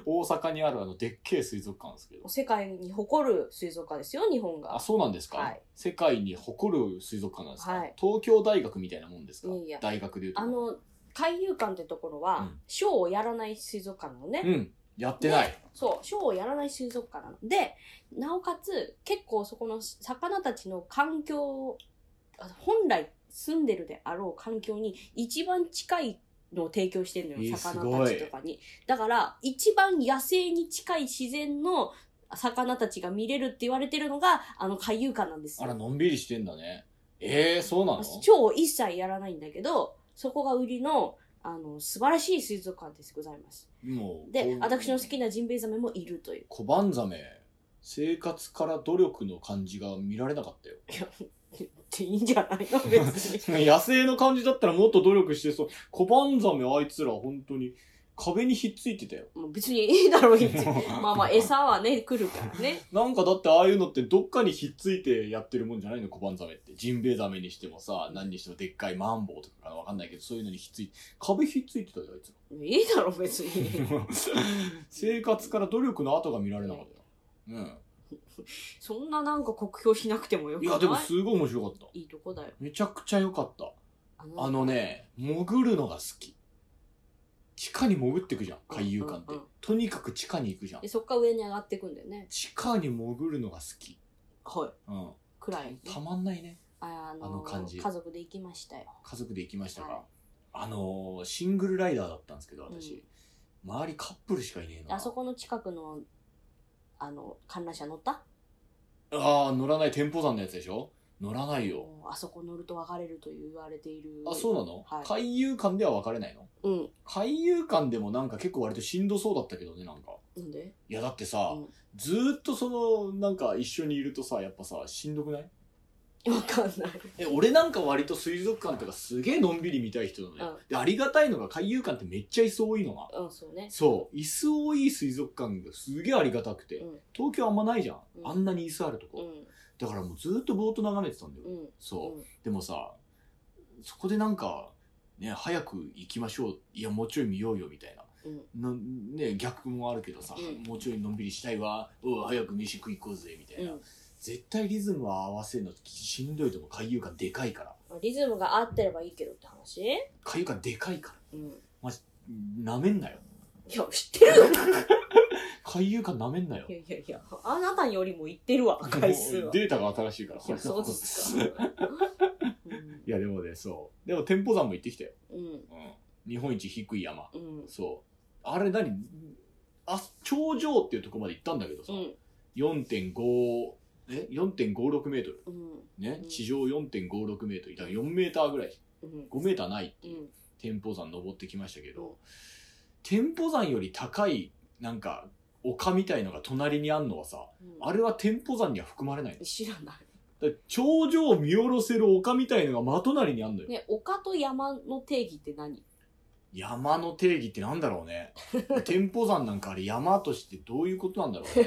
[SPEAKER 1] 大阪にあるあのでっけえ水族館ですけど。
[SPEAKER 2] 世界に誇る水族館ですよ、日本
[SPEAKER 1] あ、
[SPEAKER 2] が。
[SPEAKER 1] そうなんですか、
[SPEAKER 2] はい
[SPEAKER 1] 世界に誇る水族館なんですか、
[SPEAKER 2] はい
[SPEAKER 1] 東京大学みたいなもんですか
[SPEAKER 2] いやいや
[SPEAKER 1] 大学でいうと。
[SPEAKER 2] あの、海遊館ってところ
[SPEAKER 1] う
[SPEAKER 2] は
[SPEAKER 1] ん、
[SPEAKER 2] ショーをやらない水族館なのね。
[SPEAKER 1] うん。やってない。
[SPEAKER 2] そう、ショーをやらない水族館なの。で、なおかつ、結構そこの魚たちの環境、あ本来住んでるであろう環境に一番近いのを提供してるの
[SPEAKER 1] え
[SPEAKER 2] よ、
[SPEAKER 1] ー
[SPEAKER 2] 魚たちとかに。だから、一番野生に近い自然の魚たちが見れるって言われてるのが、あの海遊館なんです
[SPEAKER 1] あら、
[SPEAKER 2] よ。
[SPEAKER 1] のんびりしてんだね。ええー、そうなの
[SPEAKER 2] ショーを一切やらないんだけど、そこが売りの、あの、素晴らしい水族館ですございます。
[SPEAKER 1] もう。こ
[SPEAKER 2] で
[SPEAKER 1] う、
[SPEAKER 2] 私の好きなジンベエザメもいるという。
[SPEAKER 1] 小判ザメ、生活から努力の感じが見られなかったよ。
[SPEAKER 2] っていいんじゃ ないの 別に。
[SPEAKER 1] 野生の感じだったらもっと努力してそう。小判ザメあいつら本当に壁にひっついてたよ。
[SPEAKER 2] もう別にいいだろう、いつまあまあ、餌はね、来るからね。
[SPEAKER 1] なんかだってああいうのってどっかにひっついてやってるもんじゃないの小判ザメって。ジンベエザメにしてもさ、何にしてもでっかいマンボウとかわかんないけど、そういうのにひっついて、壁ひっついてたよ、あいつら。
[SPEAKER 2] いいだろう、別に。
[SPEAKER 1] 生活から努力の跡が見られなかったよ。
[SPEAKER 2] そんななんか酷評しなくても
[SPEAKER 1] う
[SPEAKER 2] よ
[SPEAKER 1] ん。
[SPEAKER 2] く
[SPEAKER 1] い
[SPEAKER 2] ない
[SPEAKER 1] や、でもすごい面白かった。
[SPEAKER 2] いいとこだよ。
[SPEAKER 1] めちゃくちゃ良かった。
[SPEAKER 2] あの
[SPEAKER 1] あのね、潜るのが好き。地下に潜ってくじゃん、海遊館って。
[SPEAKER 2] うんうんうん
[SPEAKER 1] とにかく地下に行くじゃん
[SPEAKER 2] で。そっから上に上がっていくんだよね。
[SPEAKER 1] 地下に潜るのが好き。
[SPEAKER 2] はい。
[SPEAKER 1] うん。
[SPEAKER 2] くらいね。
[SPEAKER 1] たまんないね。
[SPEAKER 2] あの
[SPEAKER 1] あの感じ
[SPEAKER 2] 家族で行きましたよ。
[SPEAKER 1] 家族で行きましたが、
[SPEAKER 2] はい
[SPEAKER 1] あのーシングルライダーだったんですけど、私。周りカップルしかいねえな。
[SPEAKER 2] あそこの近くの、あの、観覧車乗った
[SPEAKER 1] ああ、乗らない天保山のやつでしょ乗らないよ。
[SPEAKER 2] もうあそこ乗ると別れると言われている。
[SPEAKER 1] あ、そうなの、
[SPEAKER 2] はい
[SPEAKER 1] 海遊館では別れないの
[SPEAKER 2] うん。
[SPEAKER 1] 海遊館でもなんか結構割としんどそうだったけどね、なんか。
[SPEAKER 2] なんで
[SPEAKER 1] いや、だってさ、
[SPEAKER 2] うん
[SPEAKER 1] ずーっとその、なんか一緒にいるとさ、やっぱさ、しんどくない
[SPEAKER 2] わかんない。
[SPEAKER 1] え俺なんか割と水族館とかすげえのんびり見たい人なのよ、
[SPEAKER 2] うん
[SPEAKER 1] でありがたいのが海遊館ってめっちゃ椅子多いのが
[SPEAKER 2] うん、そうね。
[SPEAKER 1] そう椅子多い水族館がすげえありがたくて、
[SPEAKER 2] うん
[SPEAKER 1] 東京あんまないじゃん、
[SPEAKER 2] うん
[SPEAKER 1] あんなに椅子あるとこ、
[SPEAKER 2] うん。
[SPEAKER 1] だからもうずっとぼーっと眺めてたんだよ、
[SPEAKER 2] うん。
[SPEAKER 1] そう、
[SPEAKER 2] うん
[SPEAKER 1] でもさそこでなんかね早く行きましょういやもうちょい見ようよみたいな
[SPEAKER 2] うん。
[SPEAKER 1] なね、逆もあるけどさ、
[SPEAKER 2] うん
[SPEAKER 1] もうちょいのんびりしたいわおう早く飯食い行こうぜみたいな、
[SPEAKER 2] うん
[SPEAKER 1] 絶対リズムは合わせるのしんどいとも海遊館でかいから
[SPEAKER 2] リズムが合ってればいいけどって話
[SPEAKER 1] 海遊館でかいから
[SPEAKER 2] うん。
[SPEAKER 1] なめんなよ
[SPEAKER 2] いや、知ってるよ
[SPEAKER 1] 海遊館なめんなよ
[SPEAKER 2] いやいやいや、あなたよりも言ってるわ、回数は。い
[SPEAKER 1] データが新しいから
[SPEAKER 2] や、そうですか。うん
[SPEAKER 1] いやでもねそうでも天保山も行ってきたよ、
[SPEAKER 2] うん。
[SPEAKER 1] うん、日本一低い山
[SPEAKER 2] うん。
[SPEAKER 1] そうあれ何あ頂上っていうとこまで行ったんだけどさ、
[SPEAKER 2] うん
[SPEAKER 1] 4.5え4.56メートル
[SPEAKER 2] うん
[SPEAKER 1] ね、
[SPEAKER 2] うん
[SPEAKER 1] 地上4.56メートルだから4メーターぐらい
[SPEAKER 2] うん
[SPEAKER 1] 5メーターないって
[SPEAKER 2] う
[SPEAKER 1] いうん天保山登ってきましたけど、天保山より高いなんか丘みたいのが隣にあんのはさ
[SPEAKER 2] うん
[SPEAKER 1] あれは天保山には含まれない
[SPEAKER 2] 知らない
[SPEAKER 1] だから頂上を見下ろせる丘みたいのが真隣にあんのよ、
[SPEAKER 2] ね丘と山の定義って何
[SPEAKER 1] 山の定義ってなんだろう ね天保山なんかあれ山としてどういうことなんだろう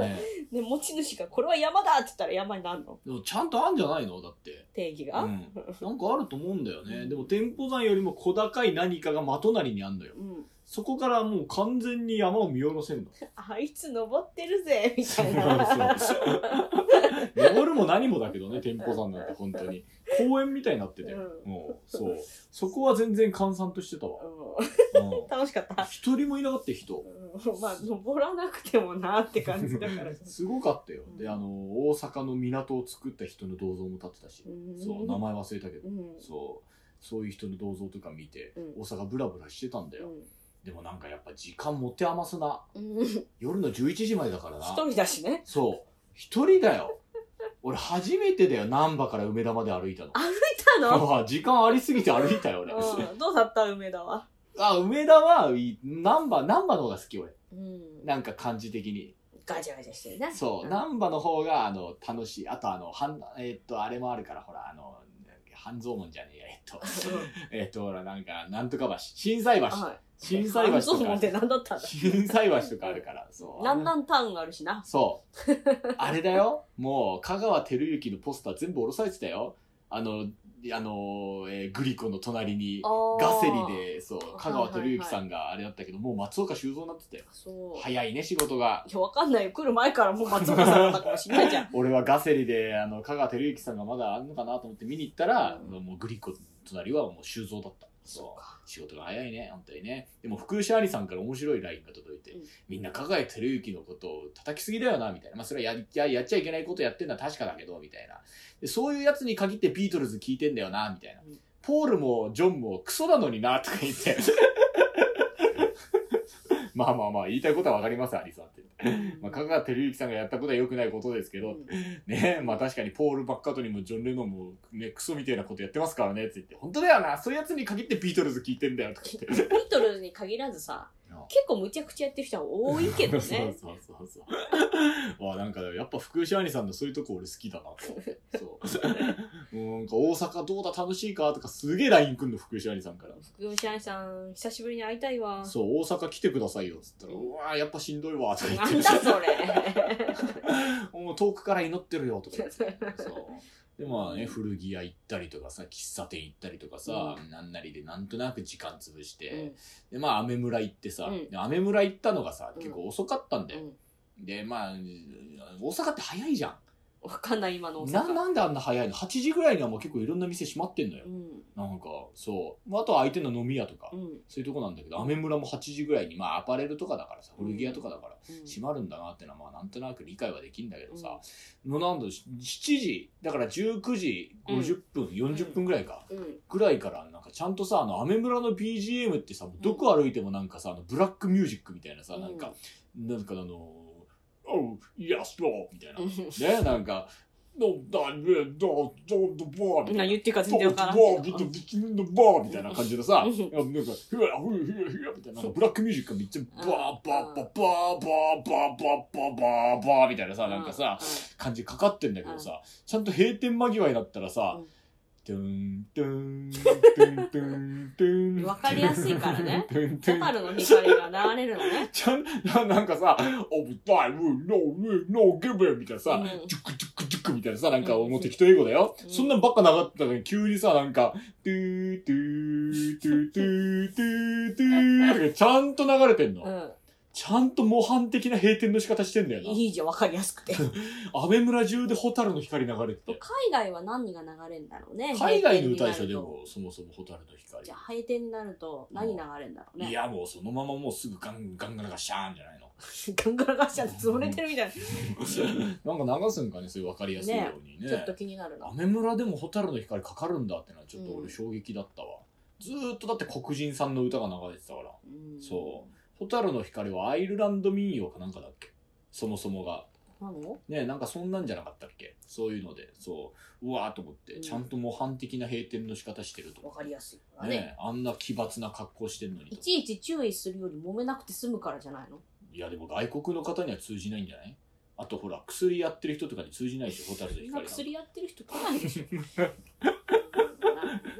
[SPEAKER 1] ねね
[SPEAKER 2] ね持ち主がこれは山だって言ったら山になるの
[SPEAKER 1] でもちゃんとあんじゃないのだって
[SPEAKER 2] 定義
[SPEAKER 1] う
[SPEAKER 2] が
[SPEAKER 1] ん、なんかあると思うんだよ
[SPEAKER 2] う
[SPEAKER 1] ね
[SPEAKER 2] ん
[SPEAKER 1] でも天保山よりも小高い何かが真隣にあんのよ
[SPEAKER 2] うん
[SPEAKER 1] そこからもう完全に山を見下ろせるの
[SPEAKER 2] あいつ登ってるぜみたいな
[SPEAKER 1] そうそう登るも何もだけどね天保山なんて本当に公園みたいになってたよ、
[SPEAKER 2] う
[SPEAKER 1] もうそうそこは全然閑散としてたわ、
[SPEAKER 2] うん
[SPEAKER 1] うん
[SPEAKER 2] 楽しかった
[SPEAKER 1] 一人もいなかった人
[SPEAKER 2] うんまあ登らなくてもなって感じだから
[SPEAKER 1] すごかったよ、
[SPEAKER 2] うん
[SPEAKER 1] であの大阪の港を作った人の銅像も立ってたし、そう名前忘れたけど、
[SPEAKER 2] うん
[SPEAKER 1] そうそういう人の銅像とか見て、
[SPEAKER 2] うん
[SPEAKER 1] 大阪ブラブラしてたんだよ、
[SPEAKER 2] うん
[SPEAKER 1] でもなんかやっぱ時間持て余すな
[SPEAKER 2] うん一
[SPEAKER 1] 夜の11時までだからな
[SPEAKER 2] 人だしね
[SPEAKER 1] そう一人だよ俺初めてだよ難波から梅田まで歩いたの
[SPEAKER 2] 歩いたの
[SPEAKER 1] 時間ありすぎて歩いたよ俺
[SPEAKER 2] うんどうだった梅田は
[SPEAKER 1] あ梅田はいい難波難波の方が好き俺
[SPEAKER 2] うん
[SPEAKER 1] なんか感じ的に
[SPEAKER 2] ガチャガチャしてるね
[SPEAKER 1] そう、難波の方があの楽しい。あとあの、はんえーっと、あれもあるから、ほら、あの、半蔵門じゃねえや、えっ と、えーっと、ほら、なんか、なんとか橋、震災橋、
[SPEAKER 2] はい
[SPEAKER 1] 震災
[SPEAKER 2] 半
[SPEAKER 1] 橋と
[SPEAKER 2] 蔵
[SPEAKER 1] か
[SPEAKER 2] 門っ、て何だったんだ
[SPEAKER 1] 震災橋とかあるから、そう。
[SPEAKER 2] 南南タウンがあるしな
[SPEAKER 1] そう。あれだよ、もう、香川照之のポスター全部下ろされてたよ。あの、あの、えーグリコの隣に、ガ
[SPEAKER 2] ガ
[SPEAKER 1] セリで、そう、香川
[SPEAKER 2] はいはい
[SPEAKER 1] 照
[SPEAKER 2] はい
[SPEAKER 1] 之さんがあれだったけど、もう松岡修造になってたよ。
[SPEAKER 2] そうい
[SPEAKER 1] 早いね、仕事が。
[SPEAKER 2] やわかんないよ来る前からもう松岡さんだったかもしんないじゃん
[SPEAKER 1] 俺はガセリであの香川照之さんがまだあるのかなと思って見に行ったら、
[SPEAKER 2] う
[SPEAKER 1] もうグリコの隣はもう修造だった
[SPEAKER 2] そうか
[SPEAKER 1] 仕事が早いね本当にねでも福士ありさんから面白い LINE が届いて、
[SPEAKER 2] うん
[SPEAKER 1] みんな香川照之のことを叩きすぎだよなみたいな、まあ、それはやりややっちゃいけないことやってるのは確かだけどみたいなでそういうやつに限ってビートルズ聞いてんだよなみたいな、
[SPEAKER 2] うん
[SPEAKER 1] ポールもジョンもクソなのになとか言って まあまあまあ言いたいことはわかりますアリさんって、まあ、香川照之さんがやったことは良くないことですけど、
[SPEAKER 2] うん
[SPEAKER 1] ね まあ確かにポール・バッカートにもジョン・レノンもね、クソみたいなことやってますからねって言って、本当だよな、そういうやつに限ってビートルズ聞いてんだよとか 言って。
[SPEAKER 2] ビートルズに限らずさ結構むちゃくちゃやってる人は多いけどね
[SPEAKER 1] そうそうそうそう。わあなんかやっぱ福士兄さんのそういうとこ俺好きだなと思って。そう。もうなんか大阪どうだ楽しいかとかすげえ LINE くんの福士兄さんから。
[SPEAKER 2] 福吉愛さん久しぶりに会いたいわ
[SPEAKER 1] そう、大阪来てくださいよっつったら、うわーやっぱしんどいわとか言
[SPEAKER 2] な
[SPEAKER 1] って。
[SPEAKER 2] んだそれ
[SPEAKER 1] もう遠くから祈ってるよとか言ってたそうでまあね古着屋行ったりとかさ喫茶店行ったりとかさ、なんなりでなんとなく時間潰して、でまあ雨村行ってさ、
[SPEAKER 2] うん
[SPEAKER 1] で雨村行ったのがさ
[SPEAKER 2] うん
[SPEAKER 1] 結構遅かったんだ
[SPEAKER 2] う
[SPEAKER 1] よ、
[SPEAKER 2] ん
[SPEAKER 1] でまあ大阪って早いじゃん
[SPEAKER 2] わかんない今の大
[SPEAKER 1] な
[SPEAKER 2] 阪
[SPEAKER 1] なんであんな早いの8時ぐらいにはもう結構いろんな店閉まってんのよ
[SPEAKER 2] う、ん
[SPEAKER 1] なんかそうまああとは相手の飲み屋とか、
[SPEAKER 2] うん
[SPEAKER 1] そういうとこなんだけど雨村も8時ぐらいにまあアパレルとかだからさ古着屋とかだから、
[SPEAKER 2] うん
[SPEAKER 1] 閉まるんだなってのはまあなんとなく理解はできんだけどさ、もうなんだろうし7時だから19時50分、40分ぐらいか、
[SPEAKER 2] うん
[SPEAKER 1] ぐらいからなんかちゃんとさあの雨村の BGM ってさもうどこ歩いてもなんかさあのブラックミュージックみたいなさ、なんかなんかあの「Oh yes no」みたいな、ね
[SPEAKER 2] う
[SPEAKER 1] なんか「No that we don't don't the bar」
[SPEAKER 2] ん何言ってるか
[SPEAKER 1] ド
[SPEAKER 2] 全然
[SPEAKER 1] ッ
[SPEAKER 2] わ
[SPEAKER 1] ト
[SPEAKER 2] か
[SPEAKER 1] バ
[SPEAKER 2] ら
[SPEAKER 1] ー、
[SPEAKER 2] んけ
[SPEAKER 1] ビッ
[SPEAKER 2] ど
[SPEAKER 1] トビキニのバーみたいな感じでさ、な
[SPEAKER 2] うんん
[SPEAKER 1] か、ふわ、ふわ、ふわ、ふわ、みたいな、ブラックミュージックがめっちゃ、バー、バー、バー、バー、バー、バー、バー、バー、バー、みたいなさ、なんかさ、感じかかってんだけどさ、ちゃんと閉店間際になったらさト
[SPEAKER 2] うん、
[SPEAKER 1] ゥン、トゥン、トゥン、トゥン、トゥン。
[SPEAKER 2] わかりやすいからね。
[SPEAKER 1] トゥン、ト
[SPEAKER 2] ト
[SPEAKER 1] ゥ
[SPEAKER 2] タ
[SPEAKER 1] ン。
[SPEAKER 2] ルの光が流れるのね
[SPEAKER 1] ちゃん、ななんかさ、オブタイム、ノー、ウィー、ノー、ギブみたいなさ、
[SPEAKER 2] うん
[SPEAKER 1] チュックチュックチュックみたいなさ、なんか、もう適当英語だよ。
[SPEAKER 2] うん
[SPEAKER 1] そんなんばっかなかったのに、急にさ、なんか、トゥー、トゥー、トゥー、トゥー、トゥー、トゥー、ちゃんと流れてんの。
[SPEAKER 2] うん
[SPEAKER 1] ちゃんと模範的な閉店の仕方してんだよ
[SPEAKER 2] いいじゃんわかりやすくて
[SPEAKER 1] な。アメ村中でホタルの光流れて
[SPEAKER 2] 海
[SPEAKER 1] て。
[SPEAKER 2] 外は何が流れるんだろうね
[SPEAKER 1] 海外の歌
[SPEAKER 2] 閉
[SPEAKER 1] でしょ、で
[SPEAKER 2] 店になると
[SPEAKER 1] も、そもそもホタルの光
[SPEAKER 2] じゃあ。閉店になると何流れるんだろうね
[SPEAKER 1] いや、もうそのままもうすぐガンガンガンガンシャーンじゃないの。
[SPEAKER 2] ガンガラガシャって潰れてるみたいな、
[SPEAKER 1] なんか流すんかね、そういうわかりやすいようにね。
[SPEAKER 2] ちょっと気になるな
[SPEAKER 1] 雨村でも蛍の光かかるんだってのはちょっと
[SPEAKER 2] う
[SPEAKER 1] 俺
[SPEAKER 2] ん
[SPEAKER 1] 衝撃だったわ、ずーっとだって黒人さんの歌が流れてたから
[SPEAKER 2] うん
[SPEAKER 1] そホタルの光はアイルランド民謡かなんかだっけそもそもが。
[SPEAKER 2] なの
[SPEAKER 1] ねなんかそんなんじゃなかったっけそういうので、そう、うわーと思って、
[SPEAKER 2] うん
[SPEAKER 1] ちゃんと模範的な閉店の仕方してると
[SPEAKER 2] わ
[SPEAKER 1] 思
[SPEAKER 2] かりやすいから
[SPEAKER 1] う。
[SPEAKER 2] ね
[SPEAKER 1] ねあんな奇抜な格好してんのに
[SPEAKER 2] い
[SPEAKER 1] と。
[SPEAKER 2] ちいち注意するより揉めなくて済むからじゃないの
[SPEAKER 1] いや、でも外国の方には通じないんじゃないあとほら、薬やってる人とかに通じないでしょ、ホタルの
[SPEAKER 2] みんな
[SPEAKER 1] 光なんて
[SPEAKER 2] 薬やってる人来ないでしょなんか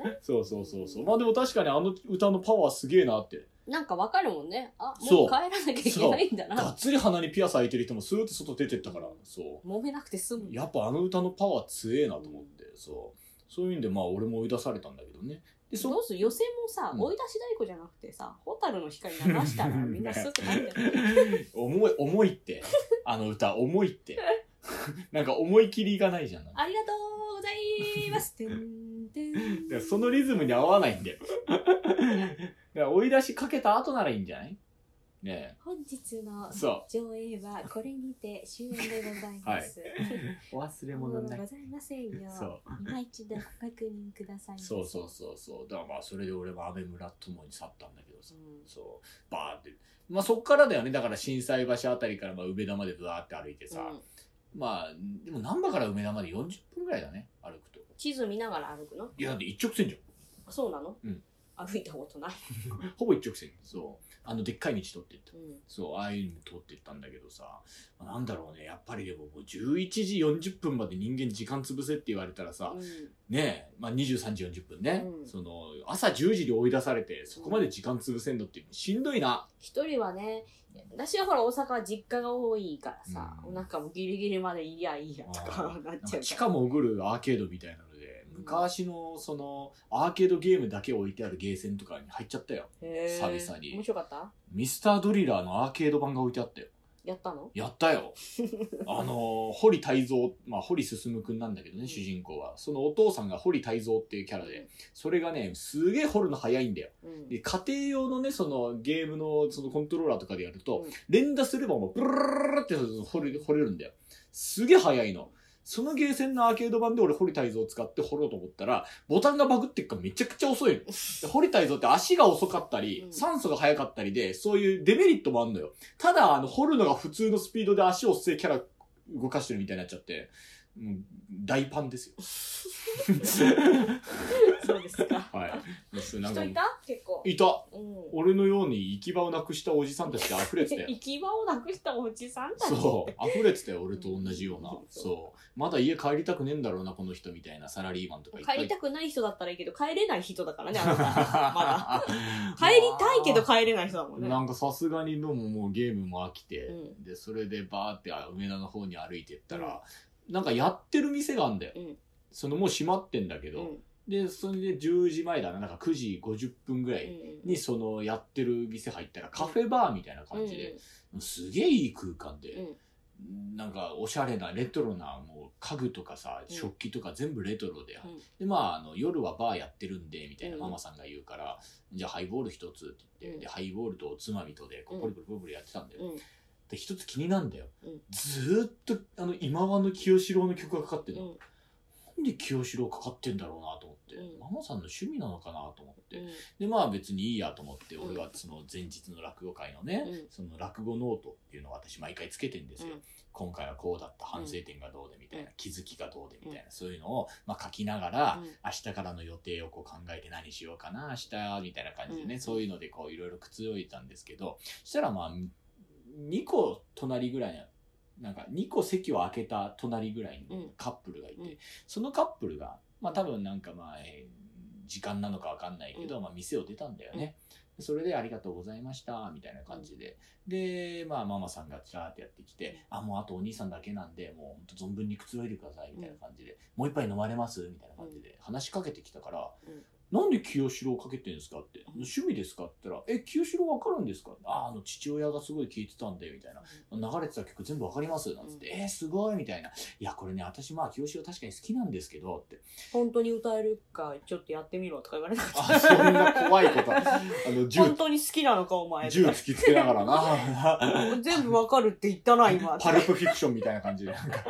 [SPEAKER 2] ね
[SPEAKER 1] そうそうそうそう。まあでも確かにあの歌のパワーすげえなって。
[SPEAKER 2] なんかわかるもんねあ
[SPEAKER 1] そ
[SPEAKER 2] も
[SPEAKER 1] う
[SPEAKER 2] う帰らなきゃいけないんだ
[SPEAKER 1] がっ
[SPEAKER 2] な
[SPEAKER 1] つり鼻にピアス開いてる人もスーッと外出てったから、そ
[SPEAKER 2] 揉めなくて済む
[SPEAKER 1] う。やっぱあの歌のパワー強えなと思って、そう。そういうんで、まあ俺も追い出されたんだけどね。で、そ
[SPEAKER 2] どうする予選もさ、
[SPEAKER 1] うん
[SPEAKER 2] 追い出し太鼓じゃなくてさ蛍の光流したらみんなスッと帰るんじゃない
[SPEAKER 1] 重い、重いって。あの歌、重いって。 なんか思い切りがないじゃん。
[SPEAKER 2] ありがとうござい ますてんてん
[SPEAKER 1] でそのリズムに合わないんだよ。だから追い出しかけた後ならいいんじゃないね
[SPEAKER 2] 本日の
[SPEAKER 1] え。そ
[SPEAKER 2] 上映はこれにて終演でございま す。
[SPEAKER 1] う。お忘れ
[SPEAKER 2] ものございませんよ。
[SPEAKER 1] そう。
[SPEAKER 2] 今一度ご確認くださいませ。
[SPEAKER 1] そうそうそうそう。だからまあそれで俺も安倍村ともに去ったんだけどさ。
[SPEAKER 2] うん
[SPEAKER 1] そう。バーって。まあそっからだよね。だから震災橋あたりからまあ梅田までブワーって歩いてさ。
[SPEAKER 2] うん
[SPEAKER 1] まあ、でも難波から梅田まで40分ぐらいだね。歩くと。
[SPEAKER 2] 地図見ながら歩くの
[SPEAKER 1] いやだって一直線じ
[SPEAKER 2] そうなの、
[SPEAKER 1] うん
[SPEAKER 2] 歩いたことない。
[SPEAKER 1] ゃん。ほぼ一直線。そう。あのでっかい道通ってった。
[SPEAKER 2] うん
[SPEAKER 1] そう、ああいうの通ってったんだけどさ、まあなんだろうね、やっぱりでももう11時40分まで人間時間潰せって言われたらさ、ねえ、まあ23時40分ね、
[SPEAKER 2] うん
[SPEAKER 1] その、朝10時に追い出されて、そこまで時間潰せんのってしんどいな。
[SPEAKER 2] 一人はね、私はほら大阪は実家が多いからさ、
[SPEAKER 1] うん
[SPEAKER 2] お腹もギリギリまでいりゃいいやと
[SPEAKER 1] あ
[SPEAKER 2] かなっ
[SPEAKER 1] なん
[SPEAKER 2] ち
[SPEAKER 1] か
[SPEAKER 2] ゃう
[SPEAKER 1] 地
[SPEAKER 2] か
[SPEAKER 1] 下潜るアーケードみたいなので、
[SPEAKER 2] うん
[SPEAKER 1] 昔のその、アーケードゲームだけ置いてあるゲーセンとかに入っちゃったよ。
[SPEAKER 2] ら。へー
[SPEAKER 1] 久々に
[SPEAKER 2] 面白かった
[SPEAKER 1] ミスタードリラーのアーケード版が置いてあったよ。
[SPEAKER 2] やったの
[SPEAKER 1] やったよ。あの、堀泰造、まあ、堀進くんなんだけどね、主人公は。そのお父さんが堀泰造っていうキャラで、それがね、すげえ掘るの早いんだよ。
[SPEAKER 2] うん
[SPEAKER 1] で、家庭用のね、そのゲームのそのコントローラーとかでやると
[SPEAKER 2] うん、
[SPEAKER 1] 連打すればもう、ブルルルルルって掘れ掘れるんだよ。すげえ早いの。そのゲーセンのアーケード版で俺、堀泰造を使って掘ろうと思ったら、ボタンがバグってっからめちゃくちゃ遅いの。で堀泰造って足が遅かったり
[SPEAKER 2] う、ん
[SPEAKER 1] 酸素が速かったりで、そういうデメリットもあんのよ。ただ、あの、掘るのが普通のスピードで足を遅いキャラ動かしてるみたいになっちゃって、うん大パンですよ。
[SPEAKER 2] そうですか。
[SPEAKER 1] はい。そう なんか
[SPEAKER 2] 人いた結構。
[SPEAKER 1] いた
[SPEAKER 2] うん。
[SPEAKER 1] 俺のように行き場をなくしたおじさんたちで溢れてたよ
[SPEAKER 2] 行。き場をなくしたおじさんたち。
[SPEAKER 1] そう。溢れてたよ、俺と同じような
[SPEAKER 2] うん。
[SPEAKER 1] そう。まだ家帰りたくねえんだろうな、この人みたいなサラリーマンとかいっぱい。
[SPEAKER 2] 帰りたくない人だったらいいけど、帰れない人だからね、あなたまだ。
[SPEAKER 1] ま
[SPEAKER 2] 帰りたいけど帰れない人だもんね。
[SPEAKER 1] なんかさすがにのももうゲームも飽きて、
[SPEAKER 2] う
[SPEAKER 1] でそれでバーってあ梅田の方に歩いてったら、なんかやってる店があんだよ、
[SPEAKER 2] うん
[SPEAKER 1] そのもう閉まってんだけ
[SPEAKER 2] う
[SPEAKER 1] ど、
[SPEAKER 2] ん。
[SPEAKER 1] でそれで10時前だななんか9時50分ぐら
[SPEAKER 2] う
[SPEAKER 1] い
[SPEAKER 2] ん
[SPEAKER 1] にそのやってる店入ったらカフェバーみたいな感じで、すげえいい空間で、なんかおしゃれなレトロなもう家具とかさ、
[SPEAKER 2] うん
[SPEAKER 1] 食器とか全部レトロで、
[SPEAKER 2] うん
[SPEAKER 1] でまああの夜はバーやってるんでみたいな
[SPEAKER 2] うん
[SPEAKER 1] ママさんが言うから、じゃあハイボール一つって言って、
[SPEAKER 2] うん
[SPEAKER 1] でハイボールとおつまみとでこうポリポリポリポリやってたんだよ、
[SPEAKER 2] うんうん
[SPEAKER 1] で一つ気になんだよ、
[SPEAKER 2] うん
[SPEAKER 1] ずーっとあの今和の清志郎の曲がかかってる
[SPEAKER 2] う
[SPEAKER 1] の、
[SPEAKER 2] ん
[SPEAKER 1] なんで清志郎かかってんだろうなと思って、
[SPEAKER 2] うん
[SPEAKER 1] ママさんの趣味なのかなと思って、
[SPEAKER 2] うん
[SPEAKER 1] でまあ別にいいやと思って
[SPEAKER 2] うん
[SPEAKER 1] 俺はその前日の落語会のね、
[SPEAKER 2] うん
[SPEAKER 1] その落語ノートっていうのを私毎回つけてんですよ、
[SPEAKER 2] うん
[SPEAKER 1] 今回はこうだった反省点がどうでみたいな、
[SPEAKER 2] う
[SPEAKER 1] 気づきがどうでみたいな、そういうのをまあ書きながら、
[SPEAKER 2] うん
[SPEAKER 1] 明日からの予定をこう考えて何しようかな明日みたいな感じでね、
[SPEAKER 2] うん
[SPEAKER 1] そういうのでこういろいろくつろいだんですけどそしたらまあ2個隣ぐらいのなんか2個席を空けた隣ぐらいにカップルがいて、
[SPEAKER 2] うん
[SPEAKER 1] そのカップルがまあ多分なんかまあ、えー時間なのかわかんないけど、
[SPEAKER 2] う
[SPEAKER 1] まあ店を出たんだよね。それでありがとうございましたみたいな感じで、でまあママさんがチャーってやってきて、あもうあとお兄さんだけなんでもうほんと存分にくつろいでくださいみたいな感じで、もう一杯飲まれますみたいな感じで話しかけてきたから、
[SPEAKER 2] うん
[SPEAKER 1] なんで清志郎かけてんですかって趣味ですかって言ったら「え清志郎わかるんですか?」ああの父親がすごい聴いてたんで」みたいな流れてた曲全部わかりますなんつって、
[SPEAKER 2] うん
[SPEAKER 1] えー、すごいみたいな。いや、これね、私まあ、清志郎確かに好きなんですけど、っ て。
[SPEAKER 2] 本当に歌えるか、ちょっとやってみろとか言われた。
[SPEAKER 1] あ、そんな怖いこと。あの、銃、
[SPEAKER 2] 本当に好きなのか、お前。
[SPEAKER 1] 銃突きつけながら な。
[SPEAKER 2] 全部わかるって言ったな、今。
[SPEAKER 1] パルプフィクションみたいな感じで。なんか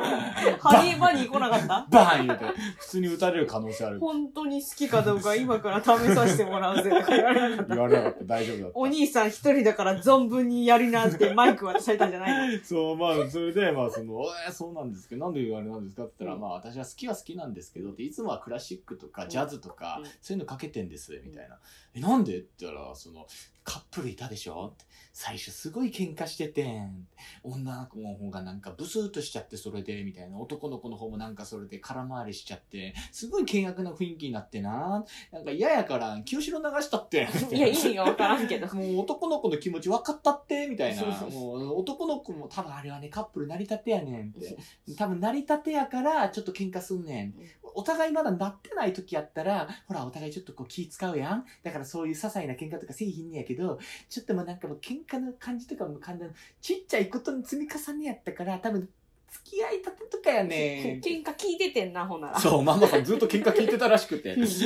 [SPEAKER 2] ハニーバニー来なかった
[SPEAKER 1] バーン言うて、普通に撃たれる可能性ある。
[SPEAKER 2] 本当に好きかどうか今
[SPEAKER 3] 今から試させてもらうぜとか言われなかった
[SPEAKER 1] 言われなかった。大丈夫だった。
[SPEAKER 3] お兄さん一人だから存分にやりなってマイク渡されたんじゃないの
[SPEAKER 1] そう、まあ、それで、まあ、その、えーそうなんですけど、なんであれなんですかって言ったら、
[SPEAKER 3] うん
[SPEAKER 1] まあ、私は好きは好きなんですけど、っていつもはクラシックとかジャズとか、
[SPEAKER 3] うん
[SPEAKER 1] そういうのかけてんです、みたいな。え、なんでって言ったら、その、カップルいたでしょって最初すごい喧嘩しててん。女の子の方がなんかブスーっとしちゃって、それで、みたいな。男の子の方もなんかそれで空回りしちゃって、すごい険悪な雰囲気になってな。なんか嫌やから、清志郎流したって。みた
[SPEAKER 2] い
[SPEAKER 1] い
[SPEAKER 2] や、
[SPEAKER 1] な
[SPEAKER 2] 意味がわからんけど。
[SPEAKER 1] もう男の子の気持ち分かったって、みたいな。
[SPEAKER 3] そうそうそう
[SPEAKER 1] もう男の子も多分あれはね、カップル成り立てやねんって。多分成り立てやから、ちょっと喧嘩すんねん。お互いまだなってない時やったら、ほら、お互いちょっとこう気使うやん。だからそういう些細な喧嘩とかせいひんねやけど、ちょっともうなんかもう喧嘩の感じとかも簡単、ちっちゃいことの積み重ねやったから、多分付き合いたてとかやねん。
[SPEAKER 2] 喧嘩聞いててんな、ほんなら。
[SPEAKER 1] そう、ママさんずっと喧嘩聞いてたらしくて。
[SPEAKER 2] うん
[SPEAKER 1] そ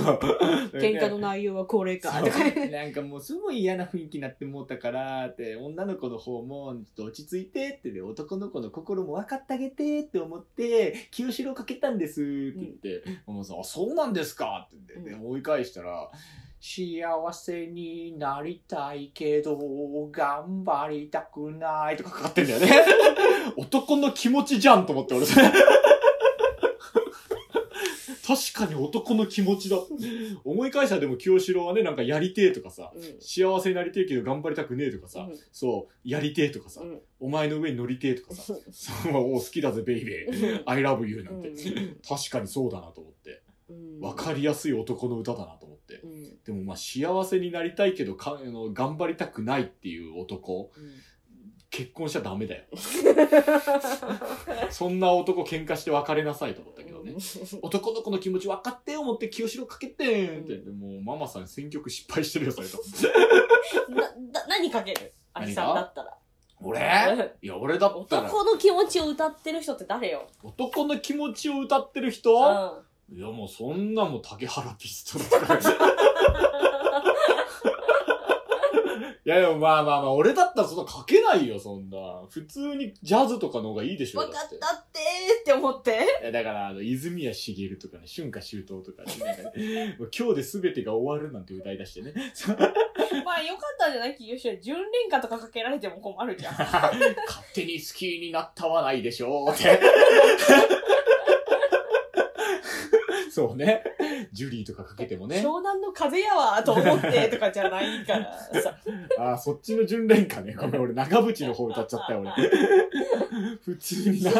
[SPEAKER 1] う。
[SPEAKER 2] 喧嘩の内容はこれか。
[SPEAKER 1] そう
[SPEAKER 2] とかね
[SPEAKER 1] なんかもうすごい嫌な雰囲気になってもうたからって女の子の方もちょっと落ち着いてってで男の子の心も分かってあげてって思って清志郎かけたんですって言って、もうさあそうなんですかって言って、で
[SPEAKER 2] う
[SPEAKER 1] 追い返したら幸せになりたいけど頑張りたくないとかかかってんだよ ね男の気持ちじゃんと思って俺確かに男の気持ちだ思い返したらでも清志郎はねなんかやりてえとかさ
[SPEAKER 2] うん
[SPEAKER 1] 幸せになりてえけど頑張りたくねえとかさ、
[SPEAKER 2] うん
[SPEAKER 1] そうやりてえとかさ、
[SPEAKER 2] うん
[SPEAKER 1] お前の上に乗りてえとか さそうお好きだぜベイベー I love you なんて、
[SPEAKER 2] うん
[SPEAKER 1] 確かにそうだなと思って
[SPEAKER 2] うん
[SPEAKER 1] 分かりやすい男の歌だなと思って
[SPEAKER 2] うんうん
[SPEAKER 1] でもまあ幸せになりたいけどかあの頑張りたくないっていう男結婚しちゃダメだよそんな男喧嘩して別れなさいと思ったけどね男の子の気持ち分かって思って清志郎かけてんって、もうママさん選曲失敗してるよそれと
[SPEAKER 2] なだ何かけるあきさんだったら。
[SPEAKER 1] 俺いや俺だったら
[SPEAKER 2] 男の気持ちを歌ってる人って誰よ
[SPEAKER 1] 男の気持ちを歌ってる
[SPEAKER 2] う
[SPEAKER 1] 人、
[SPEAKER 2] ん。
[SPEAKER 1] いやもうそんなもう竹原ピストルとかいやでもまあまあまあ俺だったらそんなかけないよそんな普通にジャズとかの方がいいでしょ
[SPEAKER 2] 分か
[SPEAKER 1] だ
[SPEAKER 2] ってたってーって思って。
[SPEAKER 1] いやだからあの泉谷しげるとかね春夏秋冬とかねなんかねもう今日で全てが終わるなんて歌い出してね
[SPEAKER 2] まあよかったんじゃないきよしは純恋歌とかかけられても困るじゃん。
[SPEAKER 1] 勝手に好きになったはないでしょうって。 そうね。ジュリーとかかけてもね。
[SPEAKER 2] 湘南の風やわと思ってとかじゃないからさ。
[SPEAKER 1] ああ、そっちの純恋歌ね。ごめん、俺、長渕の方歌っちゃったよ、 俺。普通になん、